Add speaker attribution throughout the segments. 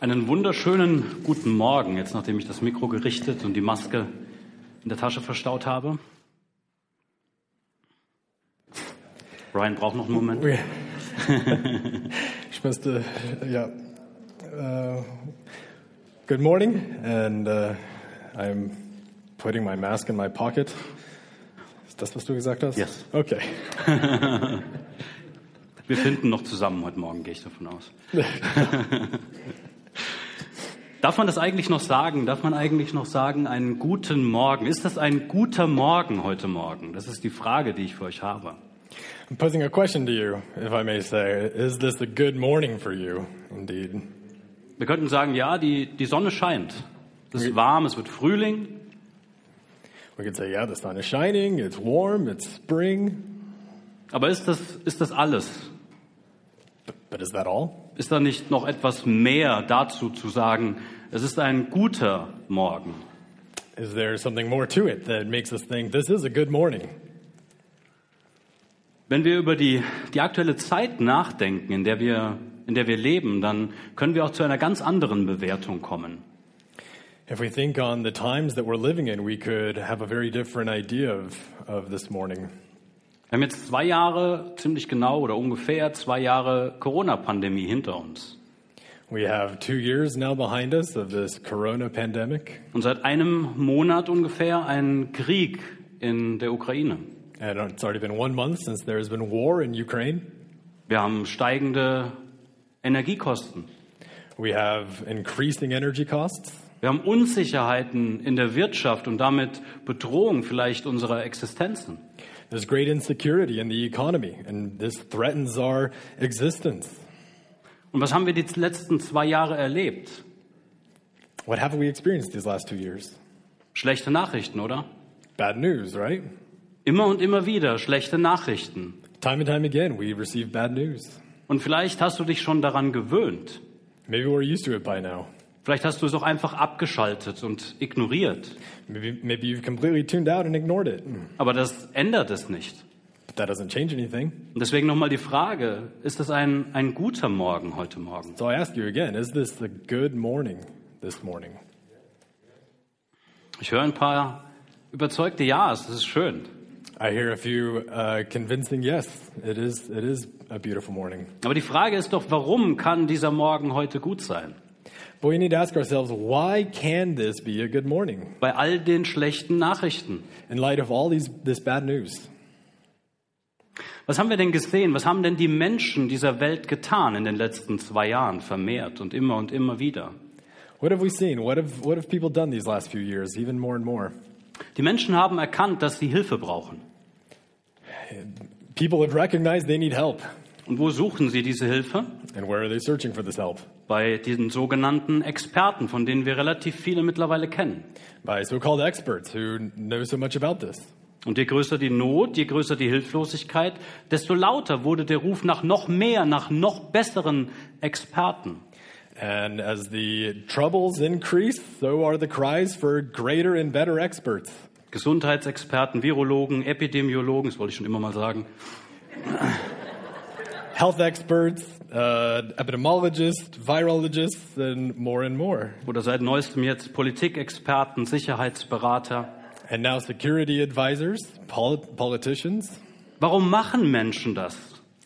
Speaker 1: Einen wunderschönen guten Morgen, jetzt nachdem ich das Mikro gerichtet und die Maske in der Tasche verstaut habe. Ryan braucht noch einen Moment.
Speaker 2: Okay. ich müsste, ja. Äh, good morning, and uh, I'm putting my mask in my pocket. Ist das, was du gesagt hast?
Speaker 1: Yes.
Speaker 2: Okay.
Speaker 1: Wir finden noch zusammen heute Morgen, gehe ich davon aus. Darf man das eigentlich noch sagen? Darf man eigentlich noch sagen, einen guten Morgen? Ist das ein guter Morgen heute Morgen? Das ist die Frage, die ich für euch habe.
Speaker 2: I'm posing a question to you, if I may say. Is this a good morning for you? Indeed.
Speaker 1: Wir könnten sagen, ja, die, die Sonne scheint. Es ist warm, es wird Frühling.
Speaker 2: We could say, yeah, the sun is shining, it's warm, it's spring.
Speaker 1: Aber ist das, ist das alles?
Speaker 2: But, but is that all?
Speaker 1: Ist da nicht noch etwas mehr dazu zu sagen, es ist ein guter Morgen?
Speaker 2: Is there something more to it that makes us think this is a good morning?
Speaker 1: Wenn wir über die, die aktuelle Zeit nachdenken, in der, wir, in der wir leben, dann können wir auch zu einer ganz anderen Bewertung kommen.
Speaker 2: If we think on the times that we're living in, we could have a very different idea of, of this morning.
Speaker 1: Wir haben jetzt zwei Jahre, ziemlich genau oder ungefähr zwei Jahre Corona-Pandemie hinter uns.
Speaker 2: We have two years now behind us of this corona pandemic
Speaker 1: Und seit einem Monat ungefähr einen Krieg in der Ukraine.
Speaker 2: and it's already been one month since there has been war in Ukraine.
Speaker 1: Wir haben steigende Energiekosten.
Speaker 2: We have increasing energy costs.
Speaker 1: Wir haben Unsicherheiten in der Wirtschaft und damit Bedrohung vielleicht unserer Existenzen.
Speaker 2: There's great insecurity in the economy, and this threatens our existence.
Speaker 1: Und was haben wir die letzten zwei Jahre erlebt?
Speaker 2: What have we experienced these last two years?
Speaker 1: Schlechte Nachrichten, oder?
Speaker 2: Bad news, right?
Speaker 1: Immer und immer wieder schlechte Nachrichten.
Speaker 2: Time and time again, we receive bad news.
Speaker 1: Und vielleicht hast du dich schon daran gewöhnt.
Speaker 2: Maybe we're used to it by now.
Speaker 1: Vielleicht hast du es auch einfach abgeschaltet und ignoriert.
Speaker 2: Maybe, maybe you've completely tuned out and ignored it.
Speaker 1: Aber das ändert es nicht.
Speaker 2: But that doesn't change anything.
Speaker 1: Und deswegen nochmal die Frage, ist das ein, ein guter Morgen heute Morgen?
Speaker 2: So I ask you again is this the good morning this morning?
Speaker 1: Ich höre ein paar überzeugte Ja's, das ist schön.
Speaker 2: I hear a few uh, convincing yes. It is, it is a beautiful morning.
Speaker 1: Aber die Frage ist doch, warum kann dieser Morgen heute gut sein?
Speaker 2: But we need to ask ourselves why can this be a good morning
Speaker 1: Bei all den schlechten Nachrichten.
Speaker 2: in light of all these, this bad news?
Speaker 1: Was haben wir denn gesehen? Was haben denn die Menschen dieser Welt getan in den letzten zwei Jahren vermehrt und immer und immer wieder?
Speaker 2: What have we seen? What have, what have people done these last few years, even more and more?
Speaker 1: Die Menschen haben erkannt, dass sie Hilfe brauchen.
Speaker 2: People have recognized they need help.
Speaker 1: Und wo suchen sie diese Hilfe?
Speaker 2: And where are they searching for this help?
Speaker 1: Bei diesen sogenannten Experten, von denen wir relativ viele mittlerweile kennen.
Speaker 2: By so called experts who know so much about this.
Speaker 1: Und je größer die Not, je größer die Hilflosigkeit, desto lauter wurde der Ruf nach noch mehr, nach noch besseren Experten.
Speaker 2: And as the troubles increase, so are the cries for greater and better experts.
Speaker 1: Gesundheitsexperten, Virologen, Epidemiologen, das wollte ich schon immer mal sagen.
Speaker 2: Health experts, uh, epidemiologists, virologists, and more and more.
Speaker 1: Oder seit neuestem jetzt Politikexperten, Sicherheitsberater.
Speaker 2: And now security advisors, pol- politicians.
Speaker 1: Warum machen Menschen das?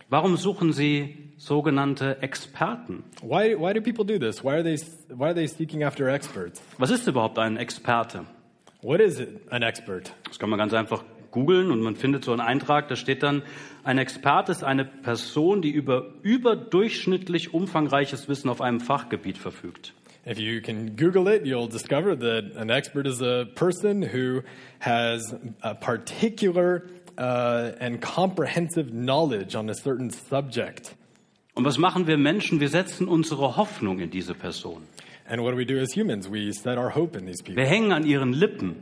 Speaker 1: Warum suchen sie sogenannte Experten?
Speaker 2: Why, why do people do this? Why are, they, why are they seeking after experts?
Speaker 1: Was ist überhaupt ein Experte?
Speaker 2: What is it, an expert?
Speaker 1: Das kann man ganz einfach googeln und man findet so einen Eintrag, da steht dann, ein Experte ist eine Person, die über überdurchschnittlich umfangreiches Wissen auf einem Fachgebiet verfügt.
Speaker 2: If you can Google it, you'll discover that an expert is a person who has a particular uh, and comprehensive knowledge on a certain subject.
Speaker 1: Und was machen wir Menschen? Wir setzen unsere Hoffnung in diese Person.
Speaker 2: And what do we do as humans? We set our hope in these people.
Speaker 1: Wir hängen an ihren Lippen.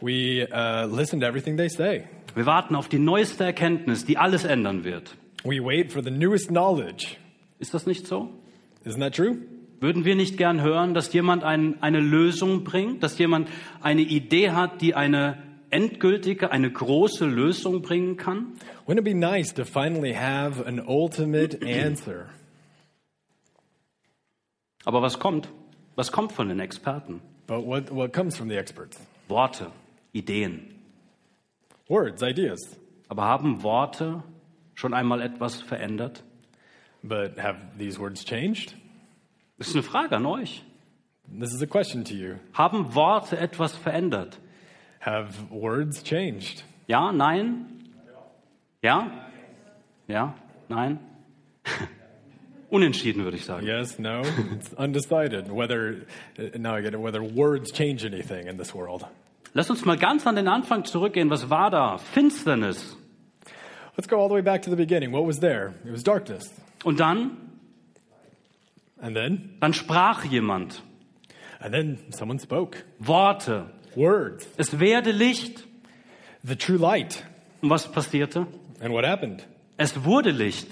Speaker 2: We uh, listen to everything they say.
Speaker 1: Wir warten auf die neueste Erkenntnis, die alles ändern wird.
Speaker 2: We wait for the newest knowledge.
Speaker 1: Ist das nicht so?
Speaker 2: Isn't that true?
Speaker 1: Würden wir nicht gern hören, dass jemand ein, eine Lösung bringt, dass jemand eine Idee hat, die eine endgültige, eine große Lösung bringen kann?
Speaker 2: Wouldn't it be nice to finally have an ultimate answer?
Speaker 1: Aber was kommt? Was kommt von den Experten?
Speaker 2: But what, what comes from the experts?
Speaker 1: Worte, Ideen.
Speaker 2: Words, ideas.
Speaker 1: Aber haben Worte schon einmal etwas verändert?
Speaker 2: But have these words changed?
Speaker 1: Das ist eine Frage an euch.
Speaker 2: This is a question to you.
Speaker 1: Haben Worte etwas verändert?
Speaker 2: Have words changed?
Speaker 1: Ja, nein? Ja? Ja? Nein? Unentschieden würde ich sagen.
Speaker 2: Yes, no. It's undecided whether uh, now I get it whether words change anything in this world.
Speaker 1: Lass uns mal ganz an den Anfang zurückgehen. Was war da? Finsternis.
Speaker 2: Let's go all the way back to the beginning. What was there? It was darkness.
Speaker 1: Und dann?
Speaker 2: And then
Speaker 1: Dann sprach jemand.
Speaker 2: and then someone spoke.
Speaker 1: Worte.
Speaker 2: Words.
Speaker 1: Es werde Licht.
Speaker 2: The true light.
Speaker 1: Und was passierte?
Speaker 2: And what happened?
Speaker 1: Es wurde Licht.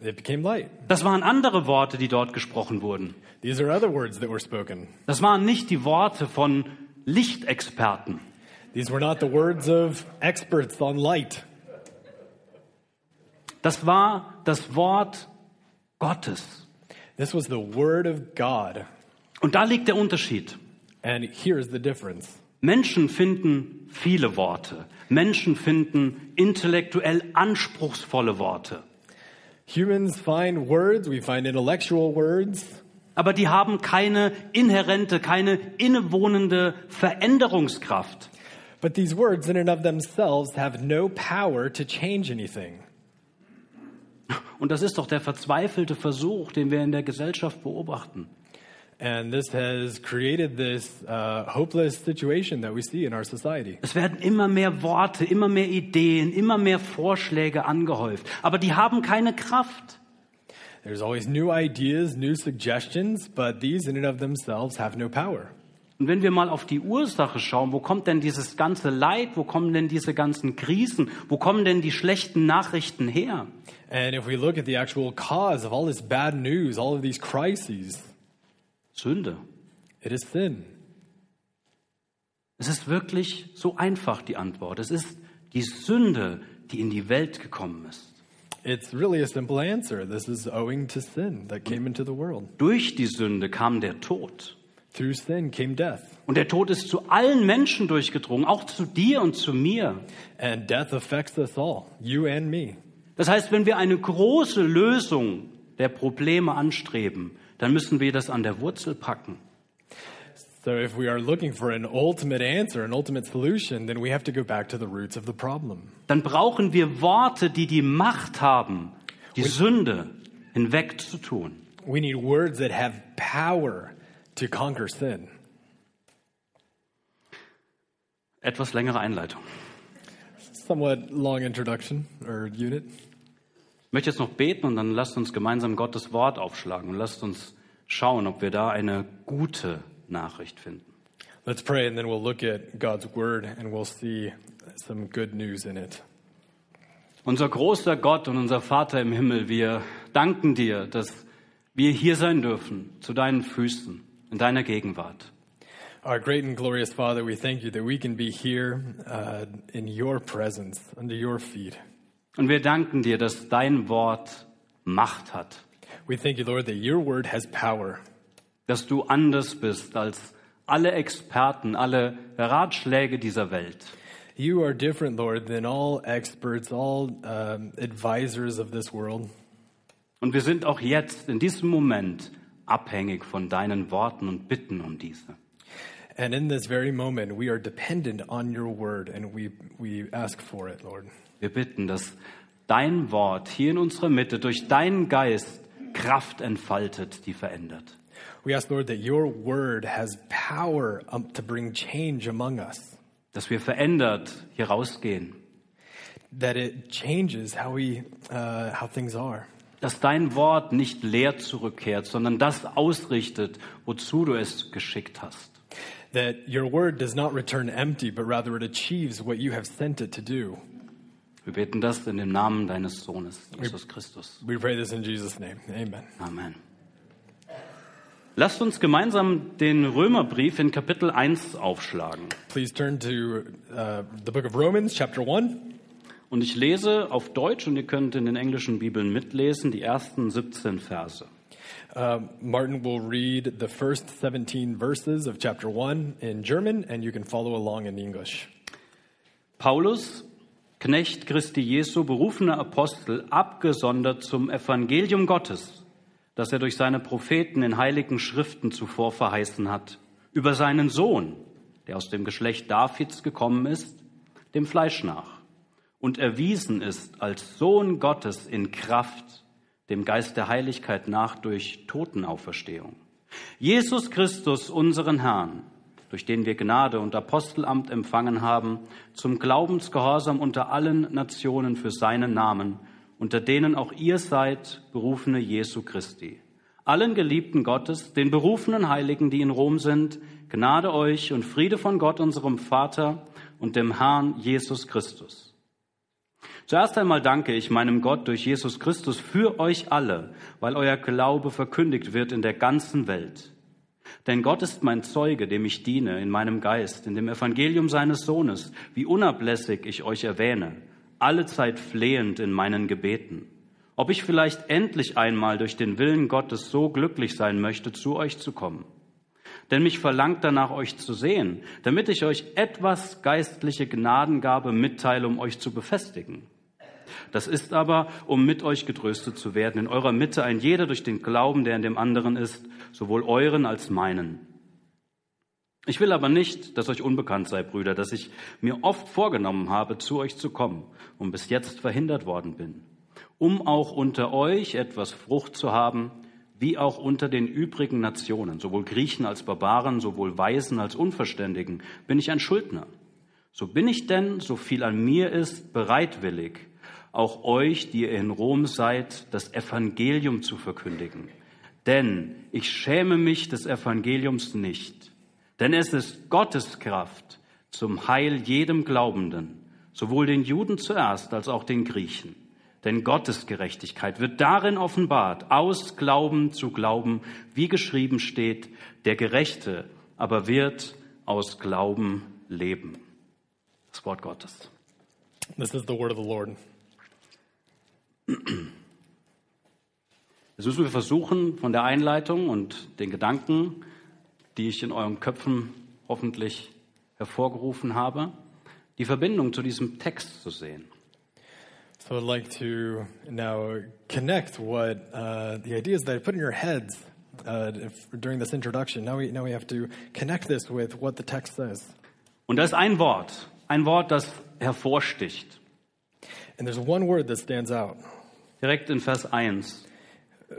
Speaker 2: It became light.
Speaker 1: Das waren andere Worte, die dort gesprochen wurden.
Speaker 2: These are other words that were spoken.
Speaker 1: Das waren nicht die Worte von Lichtexperten.
Speaker 2: These were not the words of experts on light.
Speaker 1: Das war das Wort Gottes.
Speaker 2: This was the word of God.
Speaker 1: Und da liegt der Unterschied.
Speaker 2: And here's the difference.
Speaker 1: Menschen finden viele Worte. Menschen finden intellektuell anspruchsvolle Worte.
Speaker 2: Humans find words, we find intellectual words,
Speaker 1: Aber die haben keine inhärente, keine innewohnende Veränderungskraft.
Speaker 2: but these words in and of themselves have no power to change anything.
Speaker 1: Und das ist doch der verzweifelte Versuch, den wir in der Gesellschaft beobachten.
Speaker 2: And this has created this uh, hopeless situation that we see in our society.
Speaker 1: Es werden immer mehr Worte, immer mehr Ideen, immer mehr Vorschläge angehäuft. Aber die haben keine Kraft.
Speaker 2: There's always new ideas, new suggestions, but these in and of themselves have no power.
Speaker 1: Und wenn wir mal auf die Ursache schauen, wo kommt denn dieses ganze Leid, wo kommen denn diese ganzen Krisen, wo kommen denn die schlechten Nachrichten her?
Speaker 2: And if we look at the actual cause of all this bad news, all of these crises,
Speaker 1: Sünde.
Speaker 2: it is sin.
Speaker 1: Es ist wirklich so einfach die Antwort. Es ist die Sünde, die in die Welt gekommen ist.
Speaker 2: It's really a simple answer. This is owing to sin that came into the world.
Speaker 1: Durch die Sünde kam der Tod.
Speaker 2: Through sin came death,
Speaker 1: Und der Tod ist zu allen Menschen durchgedrungen, auch zu dir und zu mir.
Speaker 2: and death affects us all, you and me.
Speaker 1: Das heißt, wenn wir eine große Lösung der Probleme anstreben, dann müssen wir das an der Wurzel packen.
Speaker 2: So if we are looking for an ultimate answer, an ultimate solution, then we have to go back to the roots of the problem.
Speaker 1: Dann brauchen wir Worte, die die Macht haben, die Sünde hinwegzutun.
Speaker 2: We need words that have power to conquer sin.
Speaker 1: Etwas längere Einleitung.
Speaker 2: Somewhat long introduction or unit.
Speaker 1: Ich möchte jetzt noch beten und dann lasst uns gemeinsam Gottes Wort aufschlagen und lasst uns schauen, ob wir da eine gute Nachricht finden.
Speaker 2: Let's pray and then we'll look at God's word and we'll see some good news in it.
Speaker 1: Unser großer Gott und unser Vater im Himmel, wir danken dir, dass wir hier sein dürfen, zu deinen Füßen, in deiner Gegenwart.
Speaker 2: Our great and glorious Father, we thank you that we can be here uh, in your presence, under your feet.
Speaker 1: Und wir danken dir, dass dein Wort Macht hat,
Speaker 2: We thank you, Lord, that your word has power,
Speaker 1: dass du anders bist als alle Experten, alle Ratschläge dieser Welt.
Speaker 2: You are different, Lord, than all experts, all um, advisors of this world.
Speaker 1: Und wir sind auch jetzt, in diesem Moment, abhängig von deinen Worten und bitten um diese.
Speaker 2: And in this very moment, we are dependent on your word and we, we ask for it, Lord.
Speaker 1: Wir bitten, dass dein Wort hier in unserer Mitte durch deinen Geist Kraft entfaltet, die verändert.
Speaker 2: We ask, Lord, that your word has power um, to bring change among us,
Speaker 1: Dass wir verändert hier rausgehen.
Speaker 2: that it changes how, we, uh, how things are,
Speaker 1: Dass dein Wort nicht leer zurückkehrt, sondern das ausrichtet, wozu du es geschickt hast.
Speaker 2: that your word does not return empty, but rather it achieves what you have sent it to do.
Speaker 1: Wir beten das in dem Namen deines Sohnes, Jesus Christus.
Speaker 2: We pray this in Jesus' name. Amen.
Speaker 1: Amen. Lasst uns gemeinsam den Römerbrief in Kapitel 1 aufschlagen.
Speaker 2: Please turn to uh, the book of Romans, chapter 1.
Speaker 1: Und ich lese auf Deutsch und ihr könnt in den englischen Bibeln mitlesen die ersten 17 Verse.
Speaker 2: Um, Martin will read the first 17 verses of chapter 1 in German, and you can follow along in English.
Speaker 1: Paulus, Knecht Christi Jesu, berufener Apostel, abgesondert zum Evangelium Gottes, das er durch seine Propheten in heiligen Schriften zuvor verheißen hat, über seinen Sohn, der aus dem Geschlecht Davids gekommen ist, dem Fleisch nach, und erwiesen ist als Sohn Gottes in Kraft, dem Geist der Heiligkeit nach durch Totenauferstehung. Jesus Christus, unseren Herrn, durch den wir Gnade und Apostelamt empfangen haben, zum Glaubensgehorsam unter allen Nationen für seinen Namen, unter denen auch ihr seid, berufene Jesu Christi. Allen Geliebten Gottes, den berufenen Heiligen, die in Rom sind, Gnade euch und Friede von Gott, unserem Vater und dem Herrn Jesus Christus. Zuerst einmal danke ich meinem Gott durch Jesus Christus für euch alle, weil euer Glaube verkündigt wird in der ganzen Welt. Denn Gott ist mein Zeuge, dem ich diene, in meinem Geist, in dem Evangelium seines Sohnes, wie unablässig ich euch erwähne, allezeit flehend in meinen Gebeten. Ob ich vielleicht endlich einmal durch den Willen Gottes so glücklich sein möchte, zu euch zu kommen. Denn mich verlangt danach, euch zu sehen, damit ich euch etwas geistliche Gnadengabe mitteile, um euch zu befestigen. Das ist aber, um mit euch getröstet zu werden, in eurer Mitte ein jeder durch den Glauben, der in dem anderen ist, sowohl euren als meinen. Ich will aber nicht, dass euch unbekannt sei, Brüder, dass ich mir oft vorgenommen habe, zu euch zu kommen und bis jetzt verhindert worden bin, um auch unter euch etwas Frucht zu haben, wie auch unter den übrigen Nationen, sowohl Griechen als Barbaren, sowohl Weisen als Unverständigen, bin ich ein Schuldner. So bin ich denn, so viel an mir ist, bereitwillig, auch euch, die ihr in Rom seid, das Evangelium zu verkündigen. Denn ich schäme mich des Evangeliums nicht, denn es ist Gottes Kraft zum Heil jedem Glaubenden, sowohl den Juden zuerst als auch den Griechen. Denn Gottes Gerechtigkeit wird darin offenbart, aus Glauben zu Glauben, wie geschrieben steht, der Gerechte aber wird aus Glauben leben. Das Wort Gottes.
Speaker 2: This is the word of the Lord.
Speaker 1: Jetzt müssen wir versuchen, von der Einleitung und den Gedanken, die ich in euren Köpfen hoffentlich hervorgerufen habe, die Verbindung zu diesem Text zu sehen.
Speaker 2: So I'd like to now connect what uh, the ideas that I put in your heads uh, if- during this introduction. Now we, now we have to connect this with what the text says.
Speaker 1: Und da ist ein Wort, ein Wort, das hervorsticht.
Speaker 2: And there's one word that stands out
Speaker 1: Direkt in Vers 1,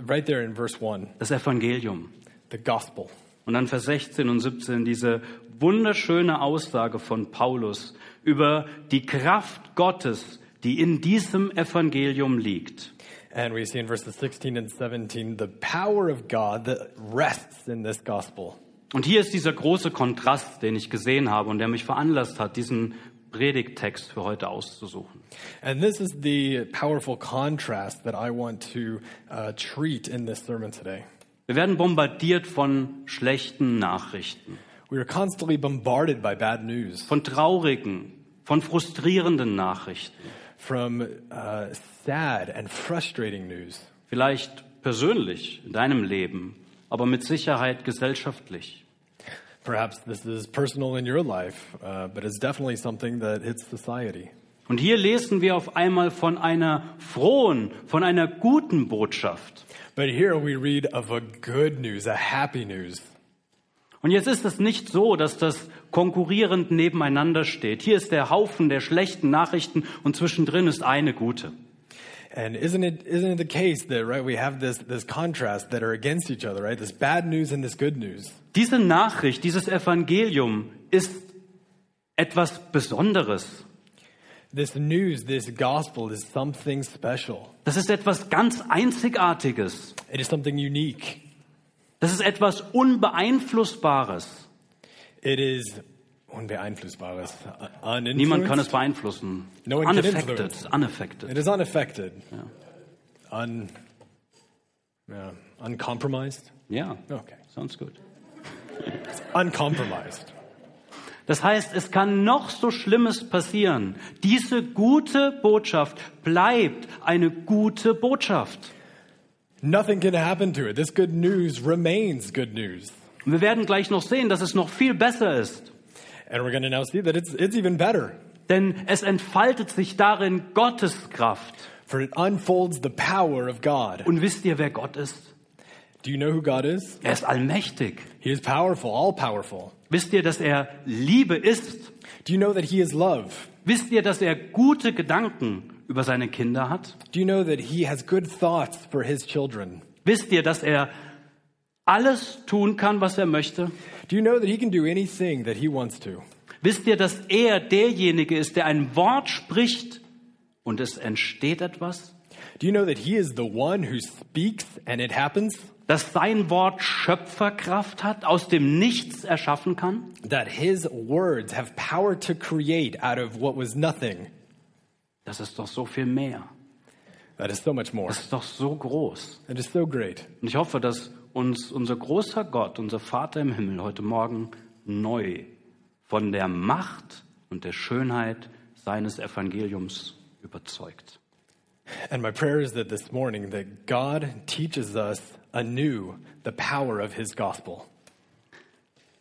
Speaker 2: right there in verse 1
Speaker 1: das Evangelium.
Speaker 2: the gospel.
Speaker 1: Und dann Vers 16 und 17 diese wunderschöne Aussage von Paulus über die Kraft Gottes, die in diesem Evangelium liegt.
Speaker 2: And we see in verses 16 and 17 the power of God that rests in this gospel.
Speaker 1: Und hier ist dieser große Kontrast, den ich gesehen habe und der mich veranlasst hat, diesen Predigttext für heute auszusuchen.
Speaker 2: And this is the powerful contrast that I want to uh, treat in this sermon today.
Speaker 1: Wir werden bombardiert von schlechten Nachrichten,
Speaker 2: We are constantly bombarded by bad news,
Speaker 1: von traurigen, von frustrierenden Nachrichten,
Speaker 2: from uh, sad and frustrating news,
Speaker 1: vielleicht persönlich in deinem Leben, aber mit Sicherheit gesellschaftlich.
Speaker 2: Perhaps this is personal in your life, uh, but it's definitely something that hits society.
Speaker 1: Und hier lesen wir auf einmal von einer frohen, von einer guten Botschaft.
Speaker 2: But here we read of a good news, a happy news.
Speaker 1: Und jetzt ist es nicht so, dass das konkurrierend nebeneinander steht. Hier ist der Haufen der schlechten Nachrichten und zwischendrin ist eine gute.
Speaker 2: And isn't it isn't it the case that right we have this this contrast that are against each other, right? This bad news and this good news.
Speaker 1: Diese Nachricht, dieses Evangelium ist etwas Besonderes.
Speaker 2: This news, this gospel is something special.
Speaker 1: Das ist etwas ganz Einzigartiges.
Speaker 2: It is something unique.
Speaker 1: Das ist etwas Unbeeinflussbares.
Speaker 2: It is unbeeinflussbares. uh,
Speaker 1: Niemand kann
Speaker 2: Uninfluenced.
Speaker 1: es beeinflussen.
Speaker 2: No one can
Speaker 1: Unaffected,
Speaker 2: influence.
Speaker 1: unaffected.
Speaker 2: It is unaffected. Un yeah. uncompromised.
Speaker 1: Ja,
Speaker 2: Okay.
Speaker 1: sounds good.
Speaker 2: Uncompromised.
Speaker 1: Das heißt, es kann noch so Schlimmes passieren. Diese gute Botschaft bleibt eine gute Botschaft.
Speaker 2: Nothing can happen to it. This good news remains good news.
Speaker 1: Und wir werden gleich noch sehen, dass es noch viel besser ist.
Speaker 2: And we're going to now see that it's, it's even better,
Speaker 1: Denn es entfaltet sich darin Gottes Kraft.
Speaker 2: for it unfolds the power of God.
Speaker 1: Und wisst ihr, wer Gott ist?
Speaker 2: Do you know who God is?
Speaker 1: Er ist allmächtig.
Speaker 2: He is powerful, all powerful.
Speaker 1: Wisst ihr, dass er Liebe ist?
Speaker 2: Do you know that He is love?
Speaker 1: Wisst ihr, dass er gute Gedanken über seine Kinder hat?
Speaker 2: Do you know that He has good thoughts for His children?
Speaker 1: Wisst ihr, dass er alles tun kann, was er möchte?
Speaker 2: Do you know that He can do anything that He wants to?
Speaker 1: Wisst ihr, dass er derjenige ist, der ein Wort spricht und es entsteht etwas?
Speaker 2: Do you know that He is the one who speaks and it happens?
Speaker 1: Dass sein Wort Schöpferkraft hat, aus dem Nichts erschaffen kann?
Speaker 2: That His words have power to create out of what was nothing?
Speaker 1: Das ist doch so viel mehr.
Speaker 2: That is so much more.
Speaker 1: Das ist doch so groß.
Speaker 2: That is so great.
Speaker 1: Und ich hoffe, dass uns unser großer Gott, unser Vater im Himmel heute Morgen neu von der Macht und der Schönheit seines Evangeliums überzeugt.
Speaker 2: And my prayer is that this morning that God teaches us anew the power of his gospel.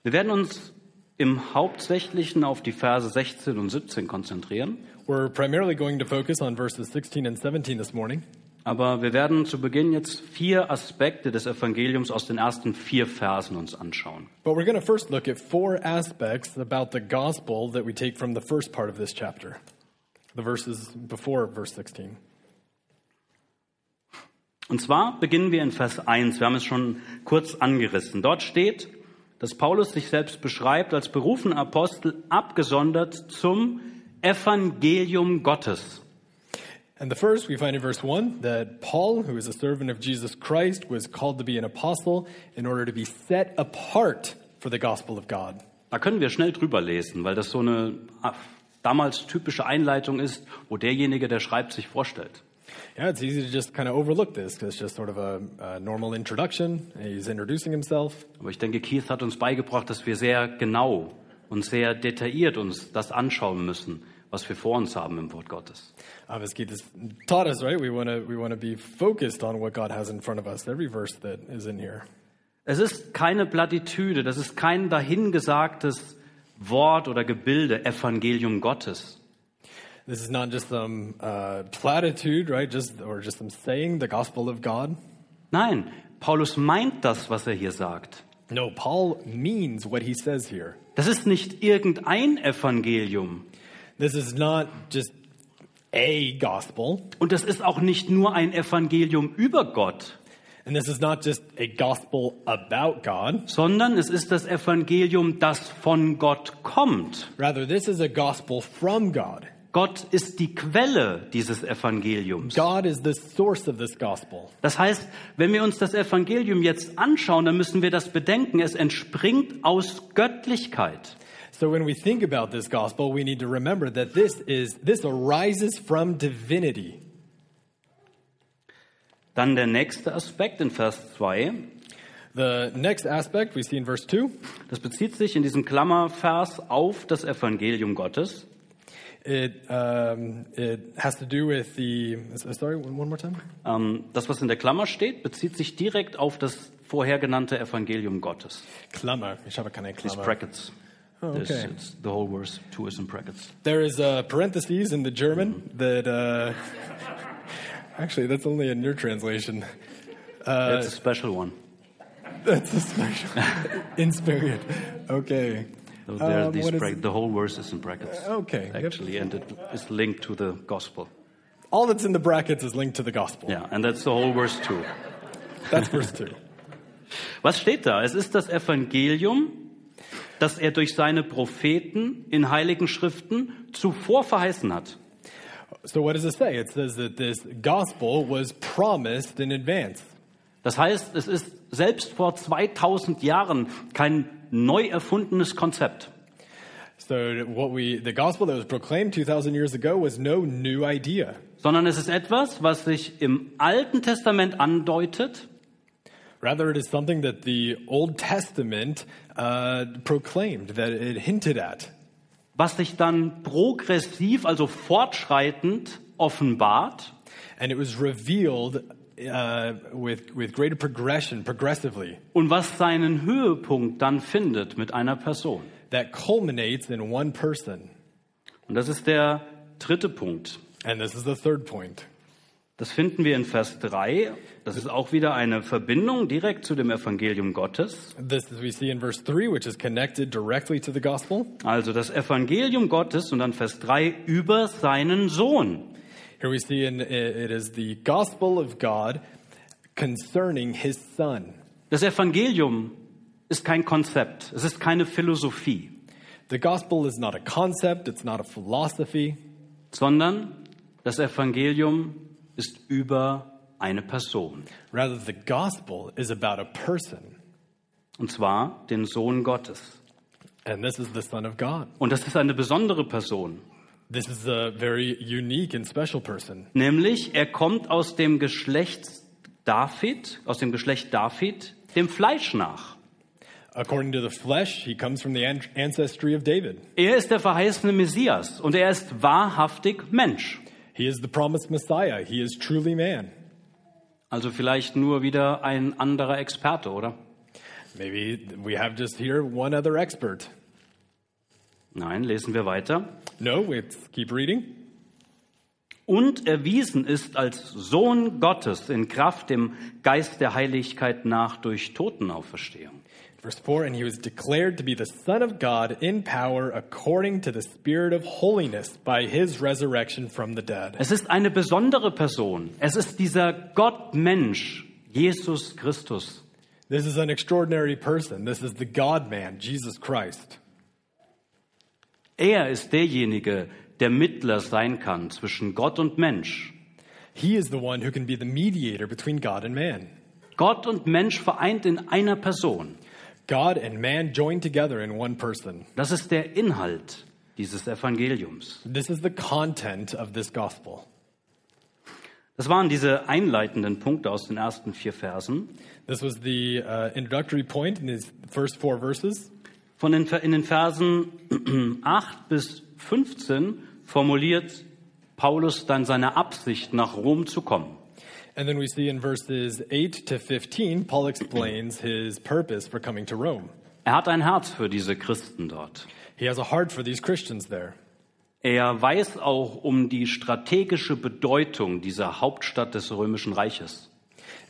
Speaker 1: Wir werden uns im Hauptsächlichen auf die Verse 16 und 17 konzentrieren,
Speaker 2: We're primarily going to focus on verses 16 and 17 this morning,
Speaker 1: aber wir werden zu Beginn jetzt vier Aspekte des Evangeliums aus den ersten vier Versen uns anschauen.
Speaker 2: but we're going to first look at four aspects about the gospel that we take from the first part of this chapter, the verses before verse 16.
Speaker 1: Und zwar beginnen wir in Vers 1. Wir haben es schon kurz angerissen. Dort steht, dass Paulus sich selbst beschreibt als berufener Apostel, abgesondert zum Evangelium Gottes.
Speaker 2: And the first we find in verse 1 that Paul, who is a servant of Jesus Christ, was called to be an apostle in order to be set apart for the gospel of God.
Speaker 1: Da können wir schnell drüber lesen, weil das so eine ah, damals typische Einleitung ist, wo derjenige, der schreibt, sich vorstellt.
Speaker 2: Yeah, it's easy to just kind of overlook this 'cause it's just sort of a, a normal introduction. He's introducing himself.
Speaker 1: Aber ich denke, Keith hat uns beigebracht, dass wir sehr genau und sehr detailliert uns das anschauen müssen, was wir vor uns haben im Wort Gottes.
Speaker 2: Um, as Keith has taught us, right? We want to we want to be focused on what God has in front of us. Every verse that is in here.
Speaker 1: Es ist keine Plattitüde, das ist kein dahingesagtes Wort oder Gebilde, Evangelium Gottes.
Speaker 2: This is not just some uh, platitude, right? Just or just some saying the gospel of God.
Speaker 1: Nein, Paulus meint das, was er hier sagt.
Speaker 2: No, Paul means what he says here.
Speaker 1: Das ist nicht irgendein Evangelium
Speaker 2: This is not just a gospel,
Speaker 1: und das ist auch nicht nur ein Evangelium über Gott,
Speaker 2: and this is not just a gospel about God.
Speaker 1: sondern es ist das Evangelium, das von Gott kommt.
Speaker 2: Rather, this is a gospel from God.
Speaker 1: Gott ist die Quelle dieses Evangeliums.
Speaker 2: God is the source of this gospel.
Speaker 1: Das heißt, wenn wir uns das Evangelium jetzt anschauen, dann müssen wir das bedenken, es entspringt aus Göttlichkeit.
Speaker 2: So when we think about this gospel, we need to remember that this is this arises from divinity.
Speaker 1: Dann der nächste Aspekt in Vers 2.
Speaker 2: The next aspect we see in verse 2
Speaker 1: Das bezieht sich in diesem Klammervers auf das Evangelium Gottes.
Speaker 2: it um, it has to do with the sorry one one more time
Speaker 1: Ähm, das, was in der Klammer steht, bezieht sich direkt auf das vorher genannte Evangelium Gottes.
Speaker 2: klammer. Ich habe keine
Speaker 1: These
Speaker 2: Klammer.
Speaker 1: brackets.
Speaker 2: Oh,
Speaker 1: This-
Speaker 2: okay.
Speaker 1: it's the whole verse, two is in brackets.
Speaker 2: There is a parentheses in the German that uh, actually that's only in your translation. Äh,
Speaker 1: It's a special one.
Speaker 2: That's a special in spirit. Okay.
Speaker 1: So there are
Speaker 2: Um,
Speaker 1: these
Speaker 2: what is- Uh,
Speaker 1: brackets. The whole verse is in brackets.
Speaker 2: okay. Yep.
Speaker 1: Actually, and it is linked to the gospel.
Speaker 2: All that's in the brackets is linked to the gospel.
Speaker 1: Yeah, and that's the whole verse too.
Speaker 2: That's verse two.
Speaker 1: Was steht da? Es ist das Evangelium, das er durch seine Propheten in heiligen Schriften zuvor verheißen hat.
Speaker 2: So what does it say? It says that this gospel was promised in advance.
Speaker 1: Das heißt, es ist selbst vor 2000 Jahren kein neu erfundenes Konzept.
Speaker 2: So what we the gospel that was proclaimed 2000 years ago was no new idea,
Speaker 1: Sondern es ist etwas, was sich im Alten Testament andeutet,
Speaker 2: Rather, it is something that the Old Testament uh, proclaimed, that it hinted at,
Speaker 1: was sich dann progressiv, also fortschreitend offenbart
Speaker 2: and it was revealed uh, with, with greater progression, progressively,
Speaker 1: und was seinen Höhepunkt dann findet mit einer Person.
Speaker 2: that culminates in one person.
Speaker 1: Und das ist der dritte Punkt.
Speaker 2: And this is the third point.
Speaker 1: Das finden wir in Vers 3. Das ist auch wieder eine Verbindung direkt zu dem Evangelium Gottes.
Speaker 2: This is we see in verse 3, which is connected directly to the gospel.
Speaker 1: Also das Evangelium Gottes und dann Vers 3 über seinen Sohn.
Speaker 2: Here we see in, it is the gospel of God concerning his son.
Speaker 1: Das Evangelium ist kein Konzept, es ist keine Philosophie,
Speaker 2: The gospel is not a concept, it's not a philosophy,
Speaker 1: sondern das Evangelium ist über eine Person.
Speaker 2: rather, the gospel is about a person.
Speaker 1: Und zwar den Sohn Gottes.
Speaker 2: And this is the Son of God.
Speaker 1: Und das ist eine besondere Person.
Speaker 2: This is a very unique and special person.
Speaker 1: Nämlich, er kommt aus dem Geschlecht David, aus dem Geschlecht David, dem Fleisch nach.
Speaker 2: According to the flesh, he comes from the an- ancestry of David.
Speaker 1: Er ist der verheißene Messias und er ist wahrhaftig Mensch.
Speaker 2: He is the promised Messiah. He is truly man.
Speaker 1: Also vielleicht nur wieder ein anderer Experte, oder?
Speaker 2: Maybe we have just here one other expert.
Speaker 1: Nein, lesen wir weiter.
Speaker 2: No, let's keep reading.
Speaker 1: Und erwiesen ist als Sohn Gottes in Kraft dem Geist der Heiligkeit nach durch Totenauferstehung.
Speaker 2: Verse 4 And he was declared to be the Son of God in power according to the Spirit of holiness by his resurrection from the dead.
Speaker 1: Es ist eine besondere Person. Es ist dieser Gottmensch, Jesus Christus.
Speaker 2: This is an extraordinary person. This is the God man, Jesus Christ.
Speaker 1: Er ist derjenige, der Mittler sein kann zwischen Gott und Mensch.
Speaker 2: He is the one who can be the mediator between God and man.
Speaker 1: Gott und Mensch vereint in einer Person.
Speaker 2: God and man joined together in one person.
Speaker 1: Das ist der Inhalt dieses Evangeliums.
Speaker 2: This is the content of this gospel.
Speaker 1: Das waren diese einleitenden Punkte aus den ersten vier Versen.
Speaker 2: This was the uh, introductory point in these first four verses.
Speaker 1: Von den, Ver- in den Versen 8 bis 15 formuliert Paulus dann seine Absicht, nach Rom zu kommen.
Speaker 2: And then we see in verses 8 to 15, Paul explains his purpose for coming to Rome.
Speaker 1: Er hat ein Herz für diese Christen dort.
Speaker 2: He has a heart for these Christians there.
Speaker 1: Er weiß auch um die strategische Bedeutung dieser Hauptstadt des Römischen Reiches.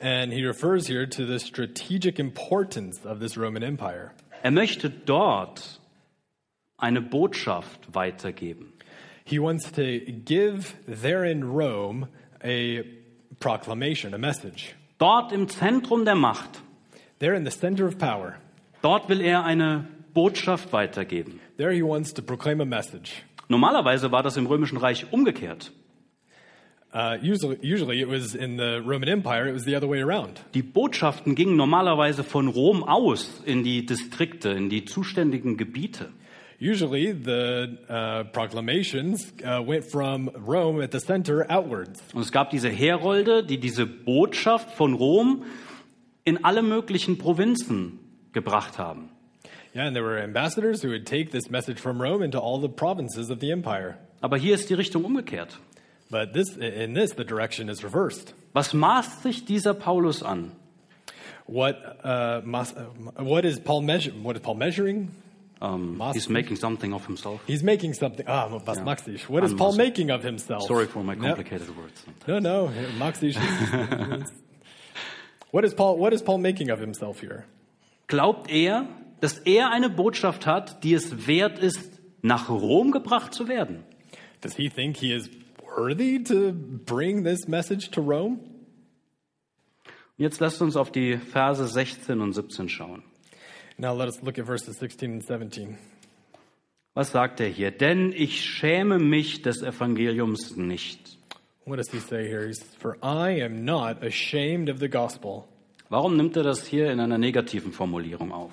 Speaker 2: And he refers here to the strategic importance of this Roman Empire.
Speaker 1: Er möchte dort eine Botschaft weitergeben.
Speaker 2: He wants to give there in Rome a proclamation, a message.
Speaker 1: Dort im Zentrum der Macht,
Speaker 2: There in the center of power,
Speaker 1: dort will er eine Botschaft weitergeben.
Speaker 2: there he wants to proclaim a message.
Speaker 1: Normalerweise war das im Römischen Reich umgekehrt.
Speaker 2: Uh, usually, usually it was in the Roman Empire, it was the other way around.
Speaker 1: Die Botschaften gingen normalerweise von Rom aus in die Distrikte, in die zuständigen Gebiete.
Speaker 2: Usually, the uh, proclamations uh, went from Rome at the center outwards.
Speaker 1: Und es gab diese Herolde, die diese Botschaft von Rom in alle möglichen Provinzen gebracht haben.
Speaker 2: Yeah, and there were ambassadors who would take this message from Rome into all the provinces of the empire.
Speaker 1: Aber hier ist die Richtung umgekehrt.
Speaker 2: But this, in this, the direction is reversed.
Speaker 1: Was maßt sich dieser Paulus an?
Speaker 2: What, uh, mas- uh, what is Paul measure- What is Paul measuring?
Speaker 1: Um,
Speaker 2: Maßt
Speaker 1: he's
Speaker 2: sich?
Speaker 1: making something of himself.
Speaker 2: He's making something. Ah, was maxish. What is
Speaker 1: An-
Speaker 2: Paul
Speaker 1: mas-
Speaker 2: making of himself?
Speaker 1: Sorry for my
Speaker 2: No,
Speaker 1: complicated words.
Speaker 2: No, no, maxish. is- what is Paul? What is Paul making of himself here?
Speaker 1: Glaubt er, dass er eine Botschaft hat, die es wert ist, nach Rom gebracht zu werden?
Speaker 2: Does he think he is worthy to bring this message to Rome?
Speaker 1: Jetzt lasst uns auf die Verse 16 und 17 schauen.
Speaker 2: Now let us look at verses 16 and 17.
Speaker 1: Was sagt er hier? Denn ich schäme mich des Evangeliums nicht.
Speaker 2: What does he say here? He says, For I am not ashamed of the gospel.
Speaker 1: Warum nimmt er das hier in einer negativen Formulierung auf?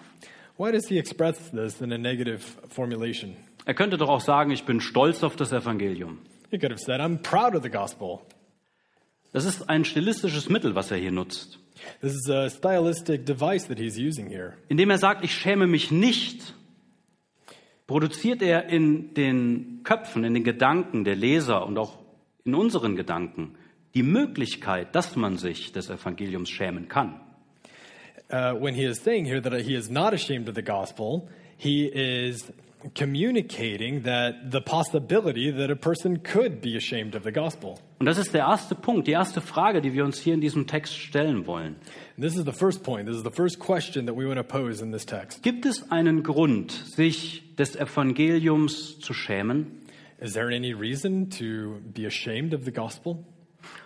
Speaker 2: Why does he express this in a negative formulation?
Speaker 1: Er könnte doch auch sagen, ich bin stolz auf das Evangelium.
Speaker 2: He could have said, I'm proud of the gospel.
Speaker 1: Das ist ein stilistisches Mittel, was er hier nutzt,
Speaker 2: This is a stylistic device that he's using here.
Speaker 1: indem er sagt, ich schäme mich nicht. Produziert er in den Köpfen, in den Gedanken der Leser und auch in unseren Gedanken die Möglichkeit, dass man sich des Evangeliums schämen kann.
Speaker 2: Uh, when he is saying here that he is not ashamed of the gospel, he is communicating that the possibility that a person could be ashamed of the gospel.
Speaker 1: Und das ist der erste Punkt, die erste Frage, die wir uns hier in diesem Text stellen wollen.
Speaker 2: And this is the first point. This is the first question that we want to pose in this text.
Speaker 1: Gibt es einen Grund, sich des Evangeliums zu schämen?
Speaker 2: Is there any reason to be ashamed of the gospel?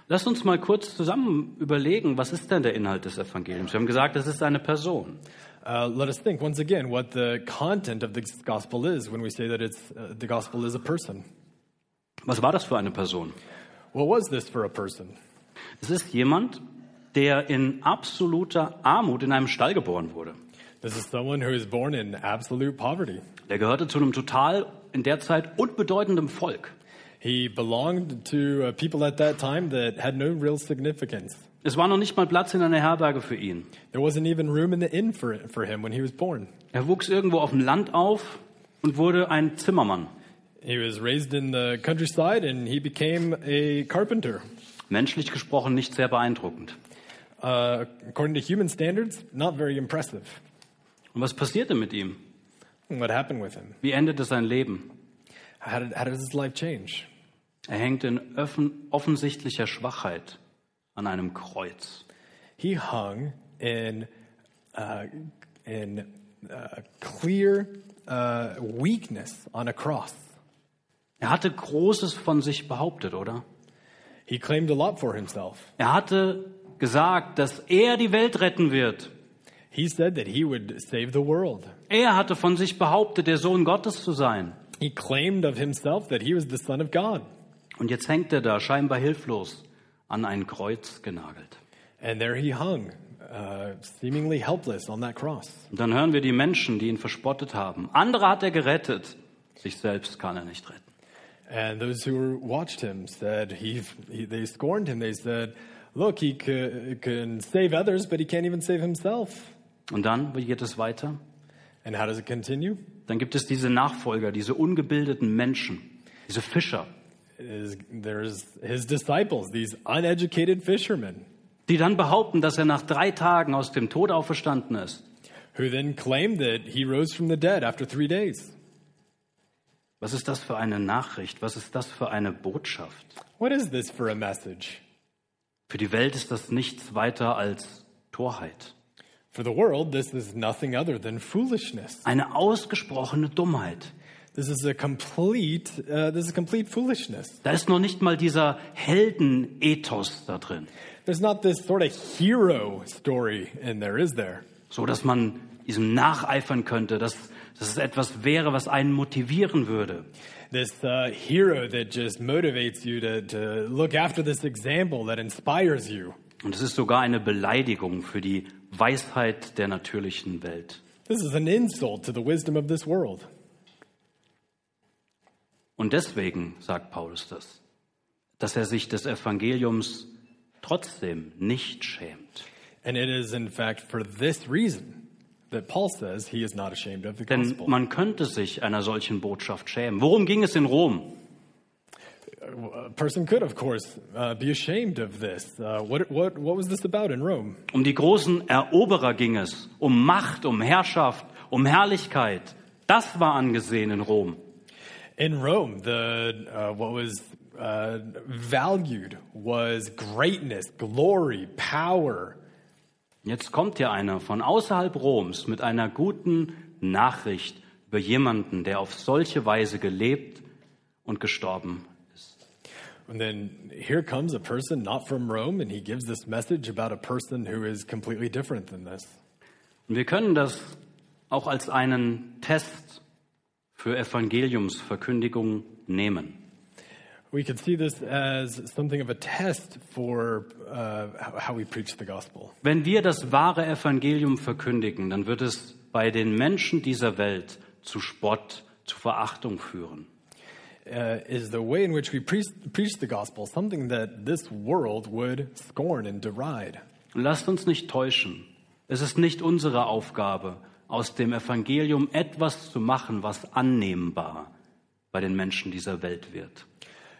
Speaker 1: Lasst uns mal kurz zusammen überlegen, was ist denn der Inhalt des Evangeliums? Wir haben gesagt, es ist eine Person.
Speaker 2: Uh, let us think once again what the content of the gospel is when we say that it's uh, the gospel is a person.
Speaker 1: Was war das für eine Person?
Speaker 2: What was this for a person?
Speaker 1: Es ist jemand, der in absoluter Armut in einem Stall geboren wurde.
Speaker 2: This is someone who is born in absolute poverty.
Speaker 1: Der gehörte zu einem total in der Zeit unbedeutendem Volk.
Speaker 2: He belonged to uh, people at that time that had no real significance.
Speaker 1: Es war noch nicht mal Platz in einer Herberge für ihn.
Speaker 2: There wasn't even room in the inn for, for him when he was born.
Speaker 1: Er wuchs irgendwo auf dem Land auf und wurde ein Zimmermann.
Speaker 2: He was raised in the countryside and he became a carpenter.
Speaker 1: Menschlich gesprochen nicht sehr beeindruckend.
Speaker 2: Uh, according to human standards, not very impressive.
Speaker 1: Und was passierte mit ihm?
Speaker 2: And What happened with him?
Speaker 1: Wie endete sein Leben?
Speaker 2: How did, how did his life change?
Speaker 1: Er hängte in offen, offensichtlicher Schwachheit an einem Kreuz.
Speaker 2: He hung in, uh, in uh, clear uh, weakness on a cross.
Speaker 1: Er hatte Großes von sich behauptet, oder?
Speaker 2: He claimed a lot for himself.
Speaker 1: Er hatte gesagt, dass er die Welt retten wird.
Speaker 2: He said that he would save the world.
Speaker 1: Er hatte von sich behauptet, der Sohn Gottes zu sein.
Speaker 2: He claimed of himself that he was the Son of God.
Speaker 1: Und jetzt hängt er da, scheinbar hilflos, an ein Kreuz genagelt.
Speaker 2: And there he hung, uh, seemingly helpless on that cross.
Speaker 1: Und dann hören wir die Menschen, die ihn verspottet haben. Andere hat er gerettet, sich selbst kann er nicht retten.
Speaker 2: And those who were- watched him said, he, he, they scorned him. They said, Look, he ca- can save others, but he can't even save himself.
Speaker 1: Und dann, wie geht es weiter?
Speaker 2: And how does it continue?
Speaker 1: Dann gibt es diese Nachfolger, diese ungebildeten Menschen, diese Fischer,
Speaker 2: Is, there's his disciples, these uneducated fishermen,
Speaker 1: die dann behaupten, dass er nach drei Tagen aus dem Tod auferstanden ist.
Speaker 2: who then claim that he rose from the dead after three days.
Speaker 1: Was ist das für eine Nachricht? Was ist das für eine Botschaft?
Speaker 2: What is this for a message?
Speaker 1: Für die Welt ist das nichts weiter als Torheit.
Speaker 2: For the world, this is nothing other than foolishness.
Speaker 1: Eine ausgesprochene Dummheit.
Speaker 2: This is a complete, uh, this is complete foolishness.
Speaker 1: Da ist noch nicht mal dieser Heldenethos da drin,
Speaker 2: There's not this sort of hero story in there, is there?
Speaker 1: so dass man diesem nacheifern könnte, dass, dass es etwas wäre, was einen motivieren würde.
Speaker 2: This uh, hero that just motivates you to, to look after this example that inspires you.
Speaker 1: Und es ist sogar eine Beleidigung für die Weisheit der natürlichen Welt.
Speaker 2: This is an insult to the wisdom of this world.
Speaker 1: Und deswegen sagt Paulus das, dass er sich des Evangeliums trotzdem nicht schämt.
Speaker 2: And it is, in fact, for this reason that Paul says he is not ashamed of the
Speaker 1: Denn
Speaker 2: gospel.
Speaker 1: man könnte sich einer solchen Botschaft schämen. Worum ging es in Rom?
Speaker 2: A person could, of course, uh, be ashamed of this. Uh, what, what, what was this about in Rome?
Speaker 1: Um die großen Eroberer ging es, um Macht, um Herrschaft, um Herrlichkeit. Das war angesehen in Rom.
Speaker 2: In Rome, the uh, what was uh, valued was greatness, glory, power.
Speaker 1: Jetzt kommt hier einer von außerhalb Roms mit einer guten Nachricht über jemanden, der auf solche Weise gelebt und gestorben ist.
Speaker 2: And then here comes a person not from Rome, and he gives this message about a person who is completely different than this.
Speaker 1: Und wir können das auch als einen Test für Evangeliumsverkündigung nehmen.
Speaker 2: We could see this as something of a test for uh, how- how we preach the gospel.
Speaker 1: Wenn wir das wahre Evangelium verkündigen, dann wird es bei den Menschen dieser Welt zu Spott, zu Verachtung führen.
Speaker 2: Uh, is the way in which we preach, preach the gospel something that this world would scorn and deride?
Speaker 1: Und lasst uns nicht täuschen. Es ist nicht unsere Aufgabe, aus dem Evangelium etwas zu machen, was annehmbar bei den Menschen dieser Welt wird.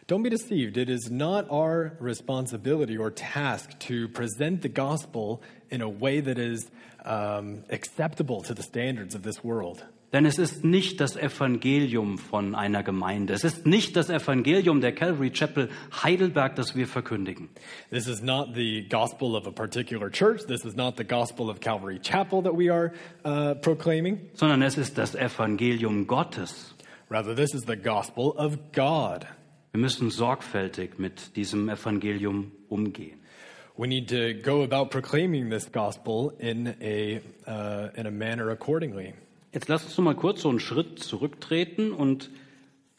Speaker 2: Don't be deceived. It is not our responsibility or task to present the gospel in a way that is um, acceptable to the standards of this world.
Speaker 1: Denn es ist nicht das Evangelium von einer Gemeinde. Es ist nicht das Evangelium der Calvary Chapel Heidelberg, das wir verkündigen.
Speaker 2: This is not the gospel of a particular church. This is not the gospel of Calvary Chapel that we are uh, proclaiming.
Speaker 1: sondern es ist das Evangelium Gottes.
Speaker 2: Rather, this is the gospel of God.
Speaker 1: Wir müssen sorgfältig mit diesem Evangelium umgehen.
Speaker 2: We need to go about proclaiming this gospel in a, uh, in a manner accordingly.
Speaker 1: Jetzt lass uns noch mal kurz so einen Schritt zurücktreten und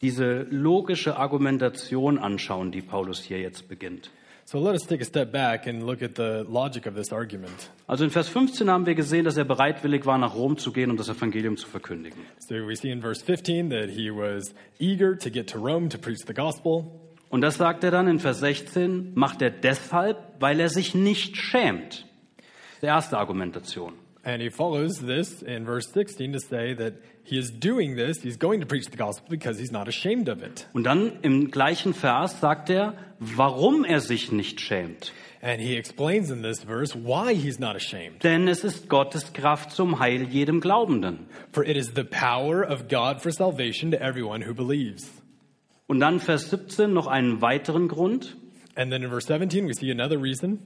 Speaker 1: diese logische Argumentation anschauen, die Paulus hier jetzt beginnt.
Speaker 2: So let us take a step back and look at the logic of this argument.
Speaker 1: Also in Vers 15 haben wir gesehen, dass er bereitwillig war, nach Rom zu gehen, um das Evangelium zu verkündigen.
Speaker 2: So we see in verse 15 that he was eager to get to Rome to preach the gospel.
Speaker 1: Und das sagt er dann in Vers 16, macht er deshalb, weil er sich nicht schämt. Die erste Argumentation.
Speaker 2: And he follows this in verse 16 to say that he is doing this, he's going to preach the gospel because he's not ashamed of it.
Speaker 1: Und dann im gleichen Vers sagt er, warum er sich nicht schämt.
Speaker 2: And he explains in this verse why he's not ashamed.
Speaker 1: Denn es ist Gottes Kraft zum Heil jedem Glaubenden.
Speaker 2: For it is the power of God for salvation to everyone who believes.
Speaker 1: Und dann Vers 17 noch einen weiteren Grund.
Speaker 2: And then in verse 17, we see another reason.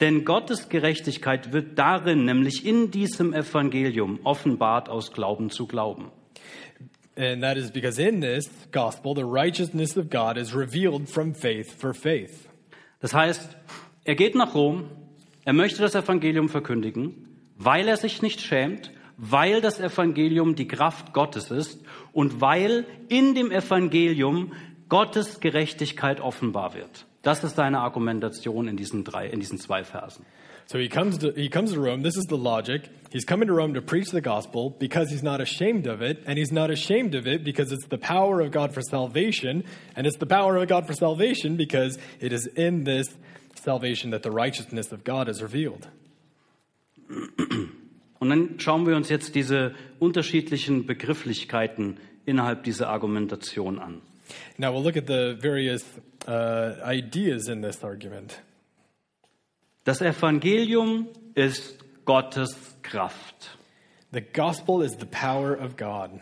Speaker 1: Denn Gottes Gerechtigkeit wird darin, nämlich in diesem Evangelium, offenbart aus Glauben zu Glauben.
Speaker 2: And that is because in this gospel, the righteousness of God is revealed from faith for faith.
Speaker 1: Das heißt, er geht nach Rom, er möchte das Evangelium verkündigen, weil er sich nicht schämt, weil das Evangelium die Kraft Gottes ist und weil in dem Evangelium Gottes Gerechtigkeit offenbar wird. Das ist seine Argumentation in diesen, drei, in diesen zwei Versen.
Speaker 2: So he comes to he comes to Rome. This is the logic. He's coming to Rome to preach the gospel because he's not ashamed of it, and he's not ashamed of it because it's the power of God for salvation, and it's the power of God for salvation because it is in this salvation that the righteousness of God is revealed.
Speaker 1: Und dann schauen wir uns jetzt diese unterschiedlichen Begrifflichkeiten innerhalb dieser Argumentation an.
Speaker 2: Now we'll look at the various uh, ideas in this argument.
Speaker 1: Das Evangelium ist Gottes Kraft.
Speaker 2: The gospel is the power of God.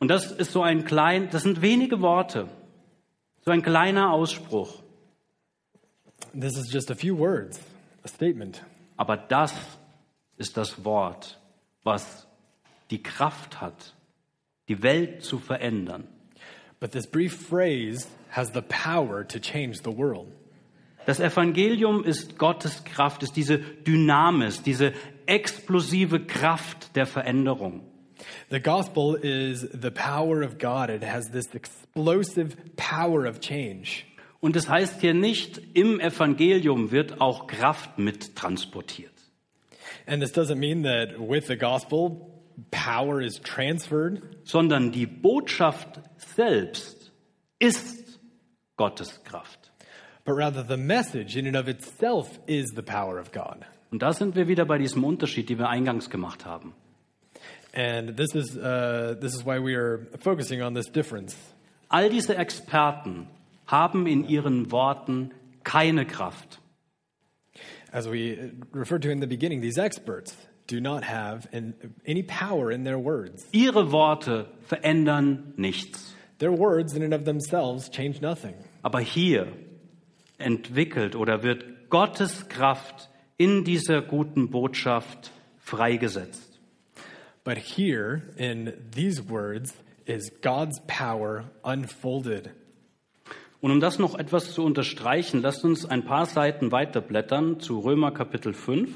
Speaker 1: Und das ist so ein klein, das sind wenige Worte, so ein kleiner Ausspruch.
Speaker 2: This is just a few words, a statement,
Speaker 1: Aber das ist das Wort, was die Kraft hat, die Welt zu verändern.
Speaker 2: but this brief phrase has the power to change the world.
Speaker 1: Das Evangelium ist Gottes Kraft, ist diese Dynamis, diese explosive Kraft der Veränderung.
Speaker 2: The gospel is the power of God. It has this explosive power of change.
Speaker 1: Und es heißt hier nicht, im Evangelium wird auch Kraft mit transportiert.
Speaker 2: And this doesn't mean that with the gospel, power is transferred,
Speaker 1: sondern die Botschaft selbst ist Gottes Kraft.
Speaker 2: but rather the message in and of itself is the power of God.
Speaker 1: Und da sind wir wieder bei diesem Unterschied, den wir eingangs gemacht haben.
Speaker 2: And this is, uh, this is why we are focusing on this difference.
Speaker 1: All diese Experten haben in ihren Worten keine Kraft.
Speaker 2: As we referred to in the beginning, these experts do not have an, any power in their words.
Speaker 1: Ihre Worte verändern nichts.
Speaker 2: Their words, in and of themselves, change nothing.
Speaker 1: Aber hier entwickelt oder wird Gottes Kraft in dieser guten Botschaft freigesetzt.
Speaker 2: But here, in these words, is God's power unfolded.
Speaker 1: Und um das noch etwas zu unterstreichen, lasst uns ein paar Seiten weiterblättern zu Römer Kapitel 5.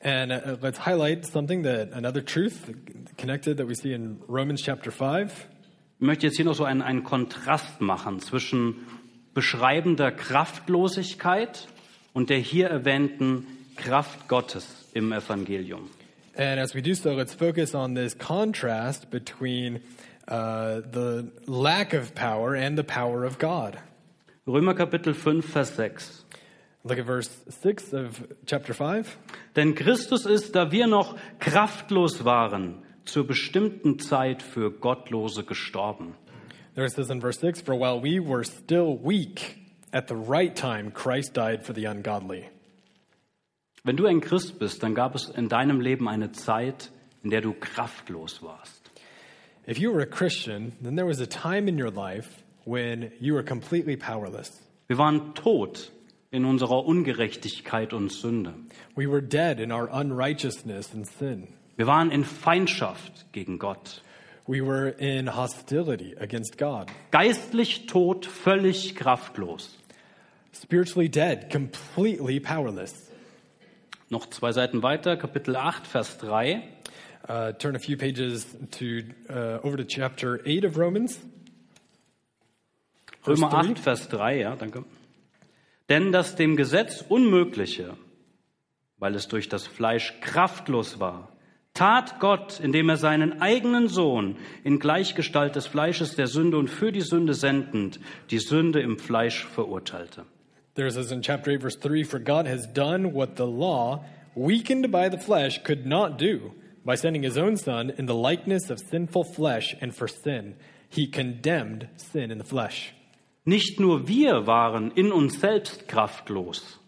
Speaker 2: And uh, let's highlight something that another truth connected that we see in Romans chapter 5.
Speaker 1: Ich möchte jetzt hier noch so einen, einen Kontrast machen zwischen beschreibender Kraftlosigkeit und der hier erwähnten Kraft Gottes im Evangelium.
Speaker 2: And as we do so, let's focus on this contrast between uh, the lack of power and the power of God.
Speaker 1: Römer Kapitel 5, Vers 6.
Speaker 2: Look at verse 6 of chapter 5.
Speaker 1: Denn Christus ist, da wir noch kraftlos waren, zur bestimmten Zeit für Gottlose gestorben.
Speaker 2: There it says in verse 6 For while we were still weak, at the right time Christ died for the ungodly.
Speaker 1: Wenn du ein Christ bist, dann gab es in deinem Leben eine Zeit, in der du kraftlos warst.
Speaker 2: If you were a Christian, then there was a time in your life when you were completely powerless.
Speaker 1: Wir waren tot in unserer Ungerechtigkeit und Sünde.
Speaker 2: We were dead in our unrighteousness and sin.
Speaker 1: Wir waren in Feindschaft gegen Gott.
Speaker 2: We were in hostility against God,
Speaker 1: Geistlich tot, völlig kraftlos.
Speaker 2: spiritually dead, completely powerless.
Speaker 1: Noch zwei Seiten weiter, Kapitel 8, Vers 3.
Speaker 2: Uh, turn a few pages to uh, over to chapter 8 of Romans. Vers
Speaker 1: Römer
Speaker 2: 3.
Speaker 1: 8, Vers 3, ja, danke. Denn das dem Gesetz Unmögliche, weil es durch das Fleisch kraftlos war, tat Gott, indem er seinen eigenen Sohn in Gleichgestalt des Fleisches der Sünde und für die Sünde sendend die Sünde im Fleisch verurteilte.
Speaker 2: There it says in chapter 8, verse 3 For God has done what the law, weakened by the flesh, could not do. By sending his own Son in the likeness of sinful flesh and for sin, he condemned sin in the flesh.
Speaker 1: Nicht nur wir waren in uns selbst kraftlos,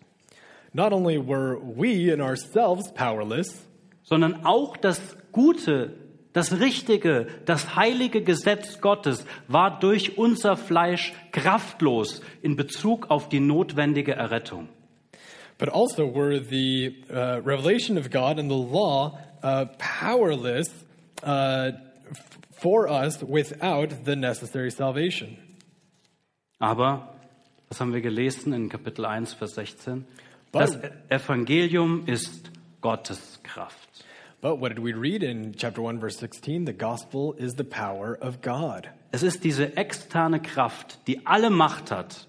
Speaker 2: Not only were we in ourselves powerless,
Speaker 1: sondern auch das Gute, das Richtige, das heilige Gesetz Gottes war durch unser Fleisch kraftlos in Bezug auf die notwendige Errettung.
Speaker 2: but also were the uh, revelation of God and the law uh, powerless uh, f- for us without the necessary salvation.
Speaker 1: Aber, das haben wir gelesen in Kapitel 1, Vers 16,
Speaker 2: Was?
Speaker 1: das Evangelium ist Gottes Kraft.
Speaker 2: But what did we read in chapter 1, verse 16? The gospel is the power of God.
Speaker 1: Es ist diese externe Kraft, die alle Macht hat,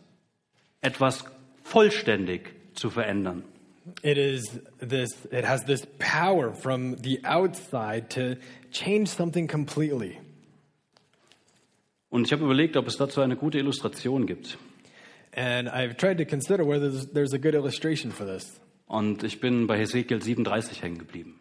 Speaker 1: etwas vollständig zu verändern.
Speaker 2: It is this, it has this power from the outside to change something completely.
Speaker 1: Und ich habe überlegt, ob es dazu eine gute Illustration gibt.
Speaker 2: And I've tried to consider whether there's, there's a good illustration for this.
Speaker 1: Und ich bin bei Hesekiel 37 hängen geblieben.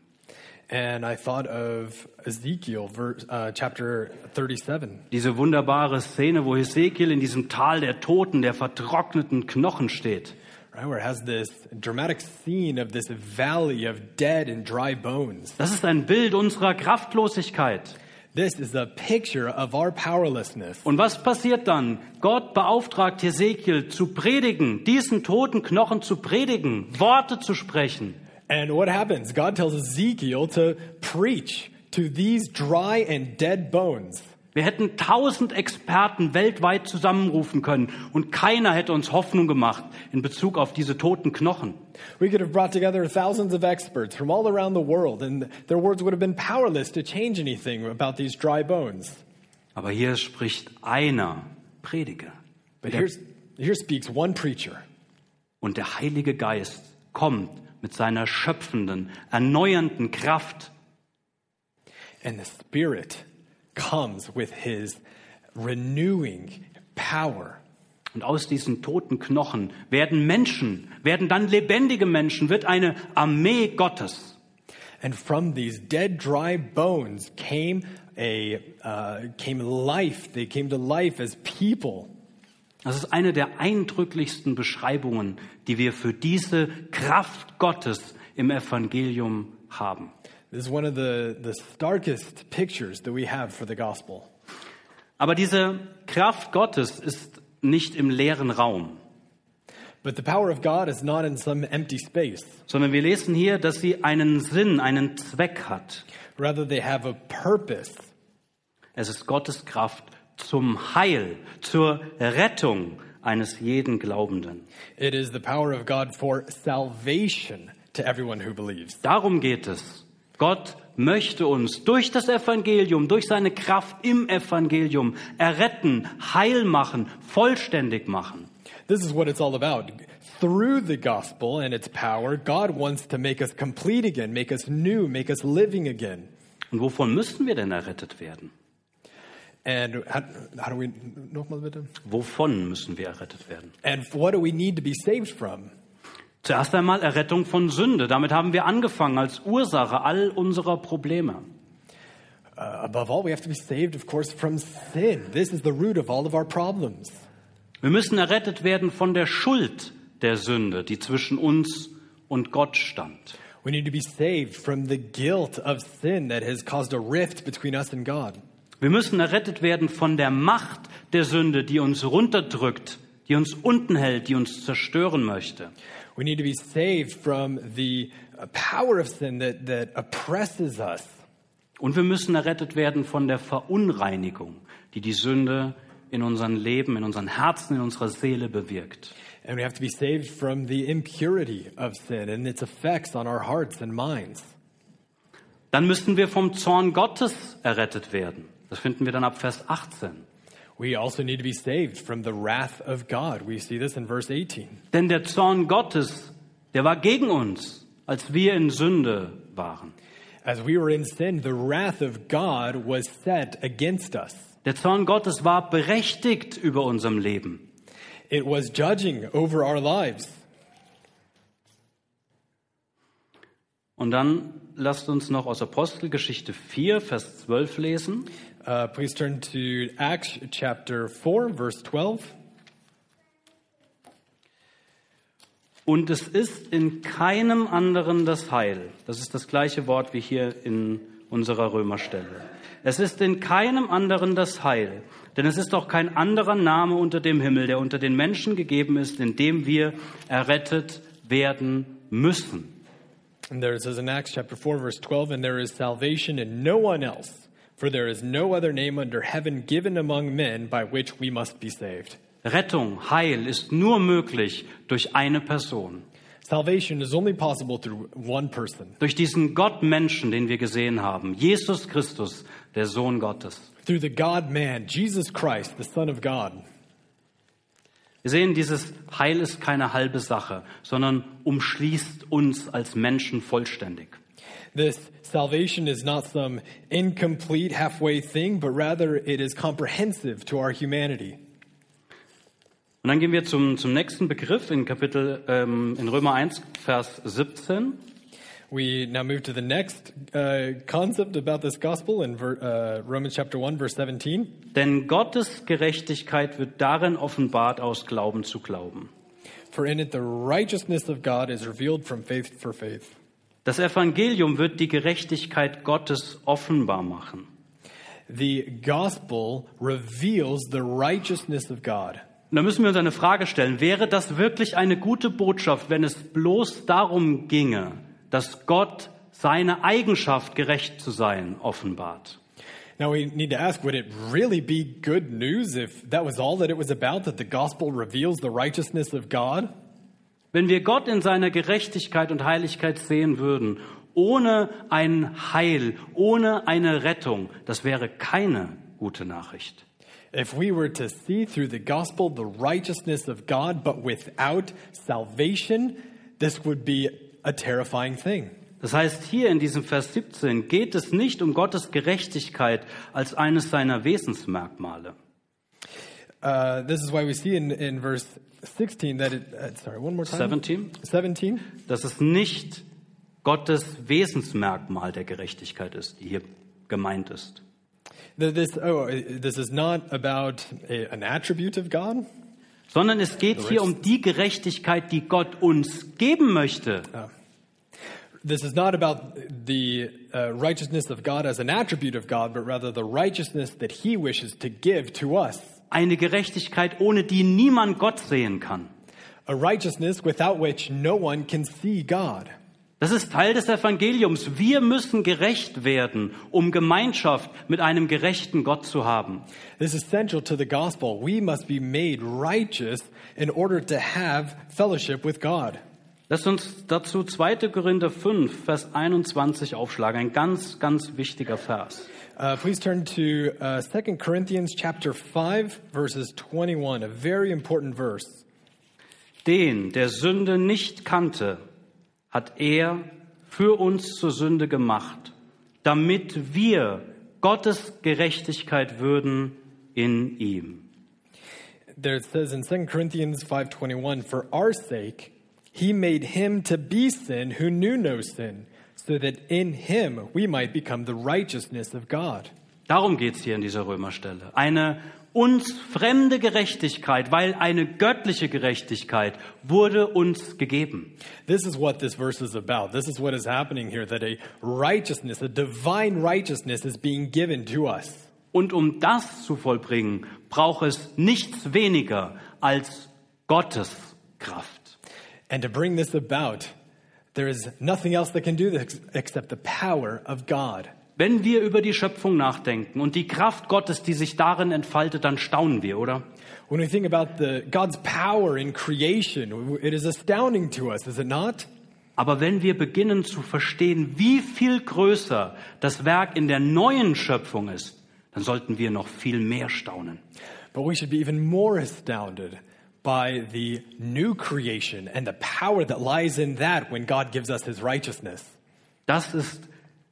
Speaker 2: And I thought of Ezekiel, verse, uh, chapter 37.
Speaker 1: Diese wunderbare Szene, wo Hesekiel in diesem Tal der Toten, der vertrockneten Knochen steht.
Speaker 2: Right, where it has this dramatic scene of this valley of dead and dry bones.
Speaker 1: Das ist ein Bild unserer Kraftlosigkeit.
Speaker 2: This is a picture of our powerlessness.
Speaker 1: Und was passiert dann? Gott beauftragt Hesekiel zu predigen, diesen toten Knochen zu predigen, Worte zu sprechen.
Speaker 2: And what happens? God tells Ezekiel to preach to these dry and dead bones.
Speaker 1: Wir hätten tausend Experten weltweit zusammenrufen können und keiner hätte uns Hoffnung gemacht in Bezug auf diese toten Knochen.
Speaker 2: We could have brought together thousands of experts from all around the world, and their words would have been powerless to change anything about these dry bones.
Speaker 1: Aber hier spricht einer Prediger.
Speaker 2: But here's, here speaks one preacher.
Speaker 1: Und der Heilige Geist kommt mit seiner schöpfenden, erneuernden Kraft.
Speaker 2: And the Spirit comes with his renewing power.
Speaker 1: Und aus diesen toten Knochen werden Menschen, werden dann lebendige Menschen, wird eine Armee Gottes.
Speaker 2: And from these dead, dry bones came, a, uh, came life. They came to life as people.
Speaker 1: Das ist eine der eindrücklichsten Beschreibungen, die wir für diese Kraft Gottes im Evangelium haben.
Speaker 2: This is one of the, the starkest pictures that we have for the gospel.
Speaker 1: Aber diese Kraft Gottes ist nicht im leeren Raum,
Speaker 2: But the power of God is not in some empty space.
Speaker 1: sondern wir lesen hier, dass sie einen Sinn, einen Zweck hat.
Speaker 2: Rather, they have a purpose.
Speaker 1: Es ist Gottes Kraft zum Heil, zur Rettung eines jeden Glaubenden.
Speaker 2: It is the power of God for salvation to everyone who believes.
Speaker 1: Darum geht es. Gott möchte uns durch das Evangelium, durch seine Kraft im Evangelium erretten, heil machen, vollständig machen.
Speaker 2: This is what it's all about. Through the gospel and its power, God wants to make us complete again, make us new, make us living again.
Speaker 1: Und wovon müssen wir denn errettet werden?
Speaker 2: And how, how do we nochmal bitte?
Speaker 1: Wovon müssen wir errettet werden?
Speaker 2: And what do we need to be saved from?
Speaker 1: Zuerst einmal Errettung von Sünde. Damit haben wir angefangen als Ursache all unserer Probleme.
Speaker 2: uh, above all, we have to be saved, of course, from sin. This is the root of all of our problems.
Speaker 1: Wir müssen errettet werden von der Schuld der Sünde, die zwischen uns und Gott stand.
Speaker 2: We need to be saved from the guilt of sin that has caused a rift between us and God.
Speaker 1: Wir müssen errettet werden von der Macht der Sünde, die uns runterdrückt, die uns unten hält, die uns zerstören möchte.
Speaker 2: We need to be saved from the uh, power of sin that, that oppresses us.
Speaker 1: Und wir müssen errettet werden von der Verunreinigung, die die Sünde in unserem Leben, in unseren Herzen, in unserer Seele bewirkt.
Speaker 2: And we have to be saved from the impurity of sin and its effects on our hearts and minds.
Speaker 1: Dann müssen wir vom Zorn Gottes errettet werden. Das finden wir dann ab Vers 18.
Speaker 2: We also need to be saved from the wrath of God. We see this in verse 18.
Speaker 1: Denn der Zorn Gottes, der war gegen uns, als wir in Sünde waren.
Speaker 2: As we were in sin, the wrath of God was set against us.
Speaker 1: Der Zorn Gottes war berechtigt über unserem Leben.
Speaker 2: It was judging over our lives.
Speaker 1: Und dann lasst uns noch aus Apostelgeschichte 4, Vers 12 lesen.
Speaker 2: Uh, please turn to Acts chapter 4, verse 12.
Speaker 1: Und es ist in keinem anderen das Heil. Das ist das gleiche Wort wie hier in unserer Römerstelle. Es ist in keinem anderen das Heil, denn es ist auch kein anderer Name unter dem Himmel, der unter den Menschen gegeben ist, in dem wir errettet werden müssen.
Speaker 2: And there it says in Acts chapter 4, verse 12, and there is salvation in no one else, for there is no other name under heaven given among men by which we must be saved.
Speaker 1: Rettung, Heil ist nur möglich durch eine Person,
Speaker 2: Salvation is only possible through one person,
Speaker 1: durch diesen Gottmenschen, den wir gesehen haben, Jesus Christus, der Sohn Gottes.
Speaker 2: through the God man, Jesus Christ, the Son of God.
Speaker 1: Wir sehen, dieses Heil ist keine halbe Sache, sondern umschließt uns als Menschen vollständig.
Speaker 2: This salvation is not some incomplete halfway thing, but rather it is comprehensive to our humanity.
Speaker 1: Und dann gehen wir zum, zum nächsten Begriff in Kapitel ähm, in Römer 1, Vers 17.
Speaker 2: We now move to the next uh, concept about this gospel in ver- uh, Romans chapter 1, verse 17.
Speaker 1: Denn Gottes Gerechtigkeit wird darin offenbart, aus Glauben zu glauben.
Speaker 2: For in it the righteousness of God is revealed from faith for faith.
Speaker 1: Das Evangelium wird die Gerechtigkeit Gottes offenbar machen.
Speaker 2: The gospel reveals the righteousness of God.
Speaker 1: Und da müssen wir uns eine Frage stellen. Wäre das wirklich eine gute Botschaft, wenn es bloß darum ginge, dass Gott seine Eigenschaft, gerecht zu sein, offenbart?
Speaker 2: Now we need to ask would it really be good news if that was all that it was about, that the gospel reveals the righteousness of God?
Speaker 1: Wenn wir Gott in seiner Gerechtigkeit und Heiligkeit sehen würden, ohne ein Heil, ohne eine Rettung, das wäre keine gute Nachricht.
Speaker 2: If we were to see through the gospel the righteousness of God, but without salvation, this would be a terrifying thing.
Speaker 1: Das heißt, hier in diesem Vers 17 geht es nicht um Gottes Gerechtigkeit als eines seiner Wesensmerkmale.
Speaker 2: Uh, this is why we see in, in verse 16 that it, uh, sorry, one more time.
Speaker 1: 17.
Speaker 2: 17.
Speaker 1: dass es nicht Gottes Wesensmerkmal der Gerechtigkeit ist, die hier gemeint ist.
Speaker 2: That This, oh, uh, this is not about a, an attribute of God,
Speaker 1: Sondern es geht hier um die Gerechtigkeit, die Gott uns geben möchte.
Speaker 2: This is not about the uh, righteousness of God as an attribute of God, but rather the righteousness that He wishes to give to us.
Speaker 1: Eine Gerechtigkeit, ohne die niemand Gott sehen kann.
Speaker 2: A righteousness without which no one can see God.
Speaker 1: Das ist Teil des Evangeliums. Wir müssen gerecht werden, um Gemeinschaft mit einem gerechten Gott zu haben.
Speaker 2: This is central to the gospel. We must be made righteous in order to have fellowship with God.
Speaker 1: Lasst uns dazu 2. Korinther 5, Vers 21 aufschlagen. Ein ganz, ganz wichtiger Vers.
Speaker 2: Uh, please turn to uh, 2 Corinthians chapter 5, verses 21, a very important verse.
Speaker 1: Den, der Sünde nicht kannte, hat er für uns zur Sünde gemacht, damit wir Gottes Gerechtigkeit würden in ihm.
Speaker 2: There it says in 2 Corinthians 5:21, "For our sake he made him to be sin who knew no sin, so that in him we might become the righteousness of God.
Speaker 1: Darum geht es hier in dieser Römerstelle. Eine uns fremde Gerechtigkeit, weil eine göttliche Gerechtigkeit wurde uns gegeben.
Speaker 2: This is what this verse is about. This is what is happening here that a righteousness, a divine righteousness, is being given to us.
Speaker 1: Und um das zu vollbringen, braucht es nichts weniger als Gottes Kraft.
Speaker 2: And to bring this about, there is nothing else that can do this except the power of God.
Speaker 1: Wenn wir über die Schöpfung nachdenken und die Kraft Gottes, die sich darin entfaltet, dann staunen wir, oder?
Speaker 2: When we think about the God's power in creation, it is astounding to us, is it not?
Speaker 1: Aber wenn wir beginnen zu verstehen, wie viel größer das Werk in der neuen Schöpfung ist, dann sollten wir noch viel mehr staunen.
Speaker 2: But we should be even more astounded by the new creation and the power that lies in that when God gives us his righteousness.
Speaker 1: Das ist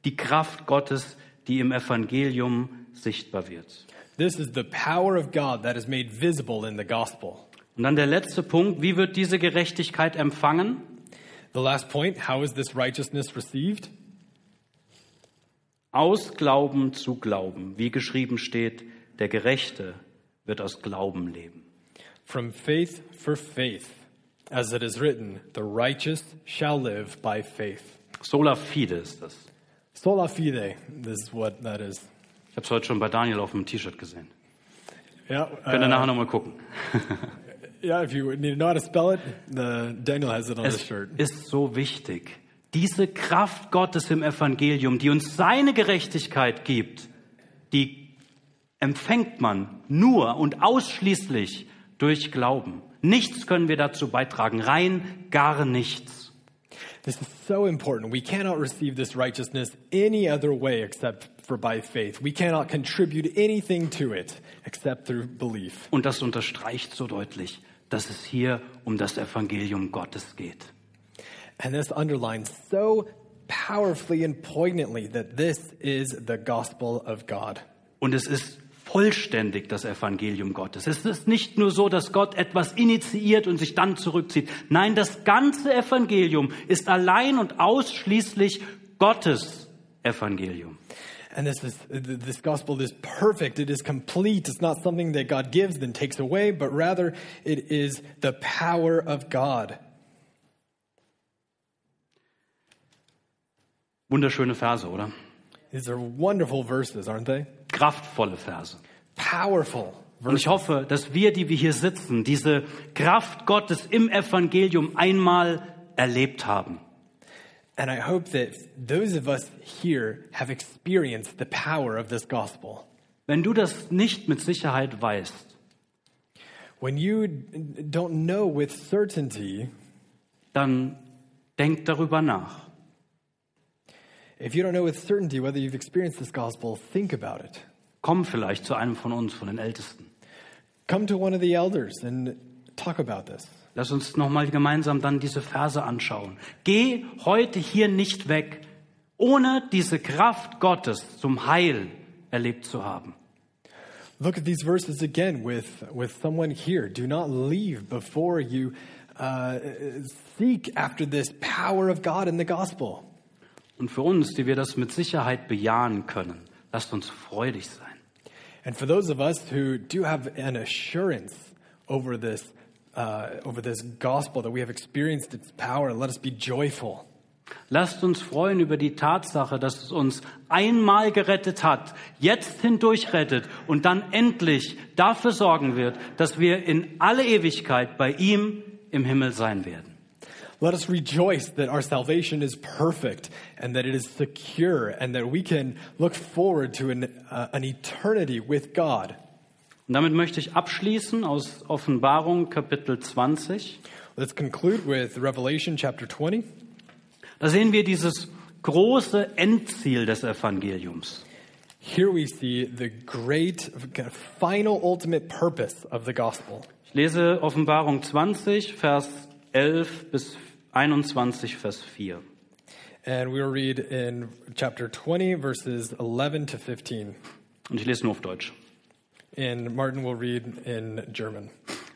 Speaker 1: die Kraft Gottes, die im Evangelium sichtbar wird.
Speaker 2: This is the power of God that is made visible in the gospel.
Speaker 1: Und dann der letzte Punkt, wie wird diese Gerechtigkeit empfangen?
Speaker 2: The last point how is this righteousness received?
Speaker 1: Aus Glauben zu Glauben, wie geschrieben steht, der Gerechte wird aus Glauben leben.
Speaker 2: From faith for faith, as it is written, the righteous shall live by faith.
Speaker 1: Sola fide ist das.
Speaker 2: Sola fide, this is what that is.
Speaker 1: Ich habe es heute schon bei Daniel auf dem T-Shirt gesehen.
Speaker 2: Yeah,
Speaker 1: Könnt ihr
Speaker 2: uh,
Speaker 1: nachher nochmal gucken.
Speaker 2: yeah, if you need to know how to spell it, the Daniel has it on his
Speaker 1: Es
Speaker 2: shirt.
Speaker 1: ist so wichtig. Diese Kraft Gottes im Evangelium, die uns seine Gerechtigkeit gibt, die empfängt man nur und ausschließlich durch Glauben. Nichts können wir dazu beitragen, rein gar nichts.
Speaker 2: This is so important. We cannot receive this righteousness any other way except for by faith. We cannot contribute anything to it except through belief.
Speaker 1: Und das unterstreicht so deutlich, dass es hier um das Evangelium Gottes geht.
Speaker 2: And this underlines so powerfully and poignantly that this is the gospel of God.
Speaker 1: Und es ist vollständig das Evangelium Gottes. Es ist nicht nur so, dass Gott etwas initiiert und sich dann zurückzieht. Nein, das ganze Evangelium ist allein und ausschließlich Gottes Evangelium.
Speaker 2: And this is this gospel is perfect. It is complete. It's not something that God gives then takes away, but rather it is the power of God.
Speaker 1: Wunderschöne Verse, oder?
Speaker 2: These are wonderful verses, aren't they?
Speaker 1: Kraftvolle Verse.
Speaker 2: Powerful.
Speaker 1: Und ich hoffe, dass wir, die wir hier sitzen, diese Kraft Gottes im Evangelium einmal erlebt haben.
Speaker 2: And I hope that those of us here have experienced the power of this gospel.
Speaker 1: Wenn du das nicht mit Sicherheit weißt,
Speaker 2: When you d- don't know with certainty,
Speaker 1: dann denk darüber nach.
Speaker 2: if you don't know with certainty whether you've experienced this gospel, think about it.
Speaker 1: Komm vielleicht zu einem von uns, von den Ältesten.
Speaker 2: Come to one of the elders and talk about this.
Speaker 1: Lass uns nochmal gemeinsam dann diese Verse anschauen. Geh heute hier nicht weg, ohne diese Kraft Gottes zum Heil erlebt zu haben.
Speaker 2: Look at these verses again with, with someone here. Do not leave before you uh, seek after this power of God in the gospel.
Speaker 1: Und für uns, die wir das mit Sicherheit bejahen können, lasst uns freudig sein.
Speaker 2: And for those of us who do have an assurance over this, uh, over this gospel that we have experienced its power, let us be joyful.
Speaker 1: Lasst uns freuen über die Tatsache, dass es uns einmal gerettet hat, jetzt hindurch rettet und dann endlich dafür sorgen wird, dass wir in alle Ewigkeit bei ihm im Himmel sein werden.
Speaker 2: Let us rejoice that our salvation is perfect and that it is secure and that we can look forward to an, uh, an eternity with God.
Speaker 1: Und damit möchte ich abschließen aus Offenbarung Kapitel 20.
Speaker 2: Let's conclude with Revelation chapter 20.
Speaker 1: Da sehen wir dieses große Endziel des Evangeliums.
Speaker 2: Here we see the great, kind of final, ultimate purpose of the gospel.
Speaker 1: Ich lese Offenbarung 20, Vers 11 bis 21, Vers 4.
Speaker 2: And we'll read in chapter 20, verses 11 to 15.
Speaker 1: Und ich lese nur auf Deutsch.
Speaker 2: And Martin will read in German.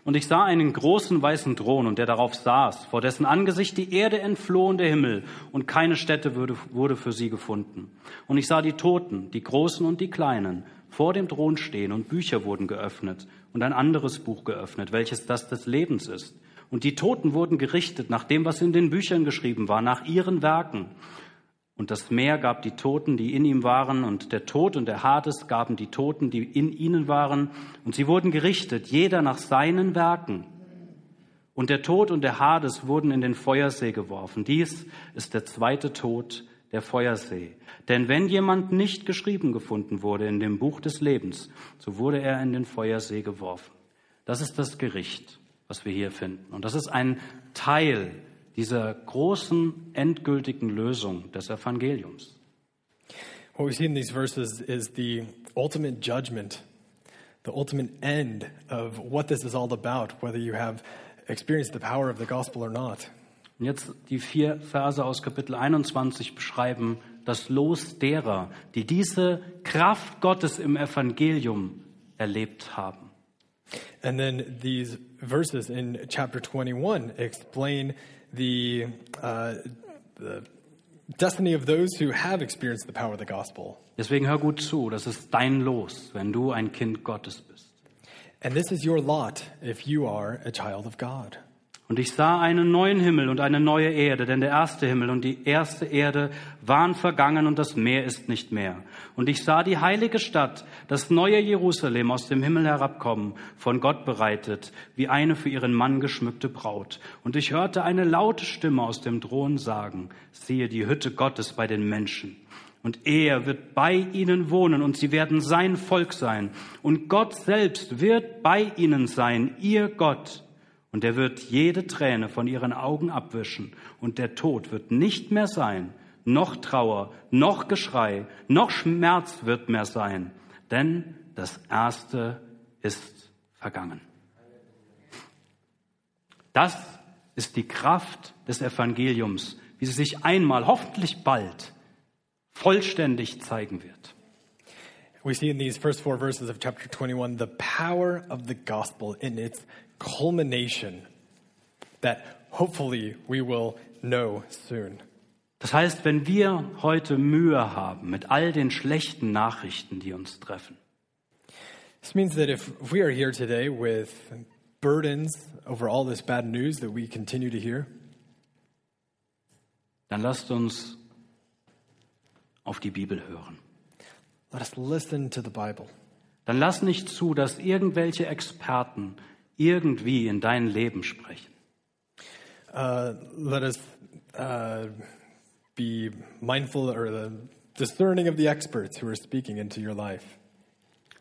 Speaker 1: Und ich sah einen großen weißen Thron und der darauf saß, vor dessen Angesicht die Erde entfloh und der Himmel, und keine Stätte würde, wurde für sie gefunden. Und ich sah die Toten, die Großen und die Kleinen, vor dem Thron stehen, und Bücher wurden geöffnet, und ein anderes Buch geöffnet, welches das des Lebens ist. Und die Toten wurden gerichtet nach dem, was in den Büchern geschrieben war, nach ihren Werken. Und das Meer gab die Toten, die in ihm waren, und der Tod und der Hades gaben die Toten, die in ihnen waren, und sie wurden gerichtet, jeder nach seinen Werken. Und der Tod und der Hades wurden in den Feuersee geworfen. Dies ist der zweite Tod, der Feuersee. Denn wenn jemand nicht geschrieben gefunden wurde in dem Buch des Lebens, so wurde er in den Feuersee geworfen. Das ist das Gericht, was wir hier finden. Und das ist ein Teil dieser großen endgültigen Lösung des Evangeliums.
Speaker 2: What we see in these verses is the ultimate judgment, the ultimate end of what this is all about, whether you have experienced the power of the gospel or not.
Speaker 1: Und jetzt die vier Verse aus Kapitel 21 beschreiben das Los derer, die diese Kraft Gottes im Evangelium erlebt haben.
Speaker 2: And then these verses in chapter 21 explain the, uh, the destiny of those who have experienced the power of the gospel.
Speaker 1: Deswegen hör gut zu, das ist dein Los, wenn du ein Kind Gottes bist.
Speaker 2: And this is your lot if you are a child of God.
Speaker 1: Und ich sah einen neuen Himmel und eine neue Erde, denn der erste Himmel und die erste Erde waren vergangen und das Meer ist nicht mehr. Und ich sah die heilige Stadt, das neue Jerusalem aus dem Himmel herabkommen, von Gott bereitet, wie eine für ihren Mann geschmückte Braut. Und ich hörte eine laute Stimme aus dem Thron sagen, siehe die Hütte Gottes bei den Menschen. Und er wird bei ihnen wohnen und sie werden sein Volk sein. Und Gott selbst wird bei ihnen sein, ihr Gott. Und er wird jede Träne von ihren Augen abwischen. Und der Tod wird nicht mehr sein, noch Trauer, noch Geschrei, noch Schmerz wird mehr sein. Denn das Erste ist vergangen. Das ist die Kraft des Evangeliums, wie sie sich einmal, hoffentlich bald, vollständig zeigen wird.
Speaker 2: We see in these first four verses of chapter 21 the power of the gospel in its culmination that hopefully we will know soon.
Speaker 1: Das heißt, wenn wir heute Mühe haben mit all den schlechten Nachrichten, die uns treffen,
Speaker 2: This means that if we are here today with burdens over all this bad news that we continue to hear,
Speaker 1: dann lasst uns auf die Bibel hören.
Speaker 2: let us listen to the Bible.
Speaker 1: Dann lass nicht zu, dass irgendwelche Experten irgendwie in dein Leben sprechen.
Speaker 2: Uh, let us uh, be mindful or the discerning of the experts who are speaking into your life.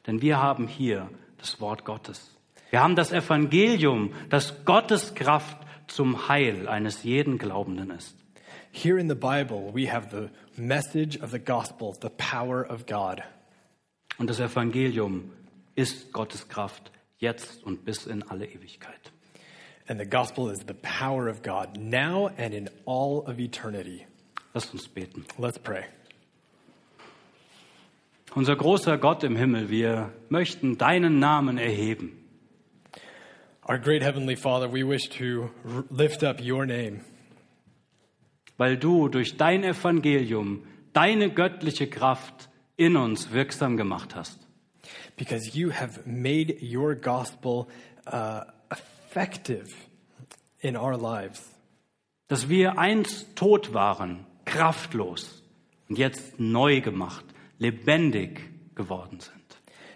Speaker 1: Denn wir haben hier das Wort Gottes. Wir haben das Evangelium, das Gottes Kraft zum Heil eines jeden Glaubenden ist.
Speaker 2: Here in the Bible, we have the message of the gospel, the power of God.
Speaker 1: Und das Evangelium ist Gottes Kraft jetzt und bis in alle Ewigkeit.
Speaker 2: And the gospel is the power of God now and in all of eternity.
Speaker 1: Lasst uns beten.
Speaker 2: Let's pray.
Speaker 1: Unser großer Gott im Himmel, wir möchten deinen Namen erheben.
Speaker 2: Our great Heavenly Father, we wish to r- lift up your name
Speaker 1: weil du durch dein Evangelium deine göttliche Kraft in uns wirksam gemacht hast.
Speaker 2: because you have made your gospel uh, effective in our lives.
Speaker 1: Dass wir einst tot waren, kraftlos und jetzt neu gemacht, lebendig geworden sind.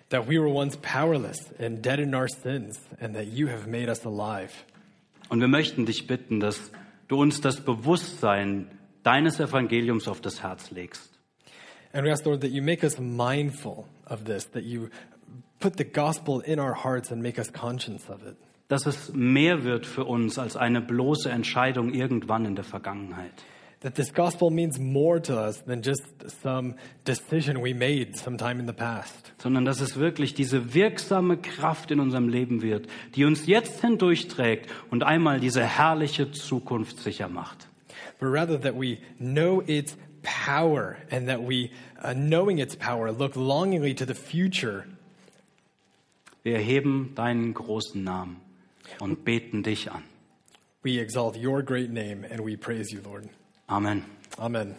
Speaker 2: That we were once powerless and dead in our sins, and that you have made us alive.
Speaker 1: Und wir möchten dich bitten, dass du uns das Bewusstsein deines Evangeliums auf das Herz legst.
Speaker 2: And we ask, Lord, that you make us mindful of this, that you put the gospel in our hearts and make us conscious of it.
Speaker 1: Dass es mehr wird für uns als eine bloße Entscheidung irgendwann in der Vergangenheit.
Speaker 2: That this gospel means more to us than just some decision we made sometime in the past.
Speaker 1: sondern dass es wirklich diese wirksame Kraft in unserem Leben wird, die uns jetzt hindurchträgt und einmal diese herrliche Zukunft sicher macht.
Speaker 2: but rather that we know its power and that we, uh, knowing its power, look longingly to the future.
Speaker 1: Wir erheben deinen großen Namen und beten dich an.
Speaker 2: We exalt your great name and we praise you, Lord.
Speaker 1: Amen.
Speaker 2: Amen.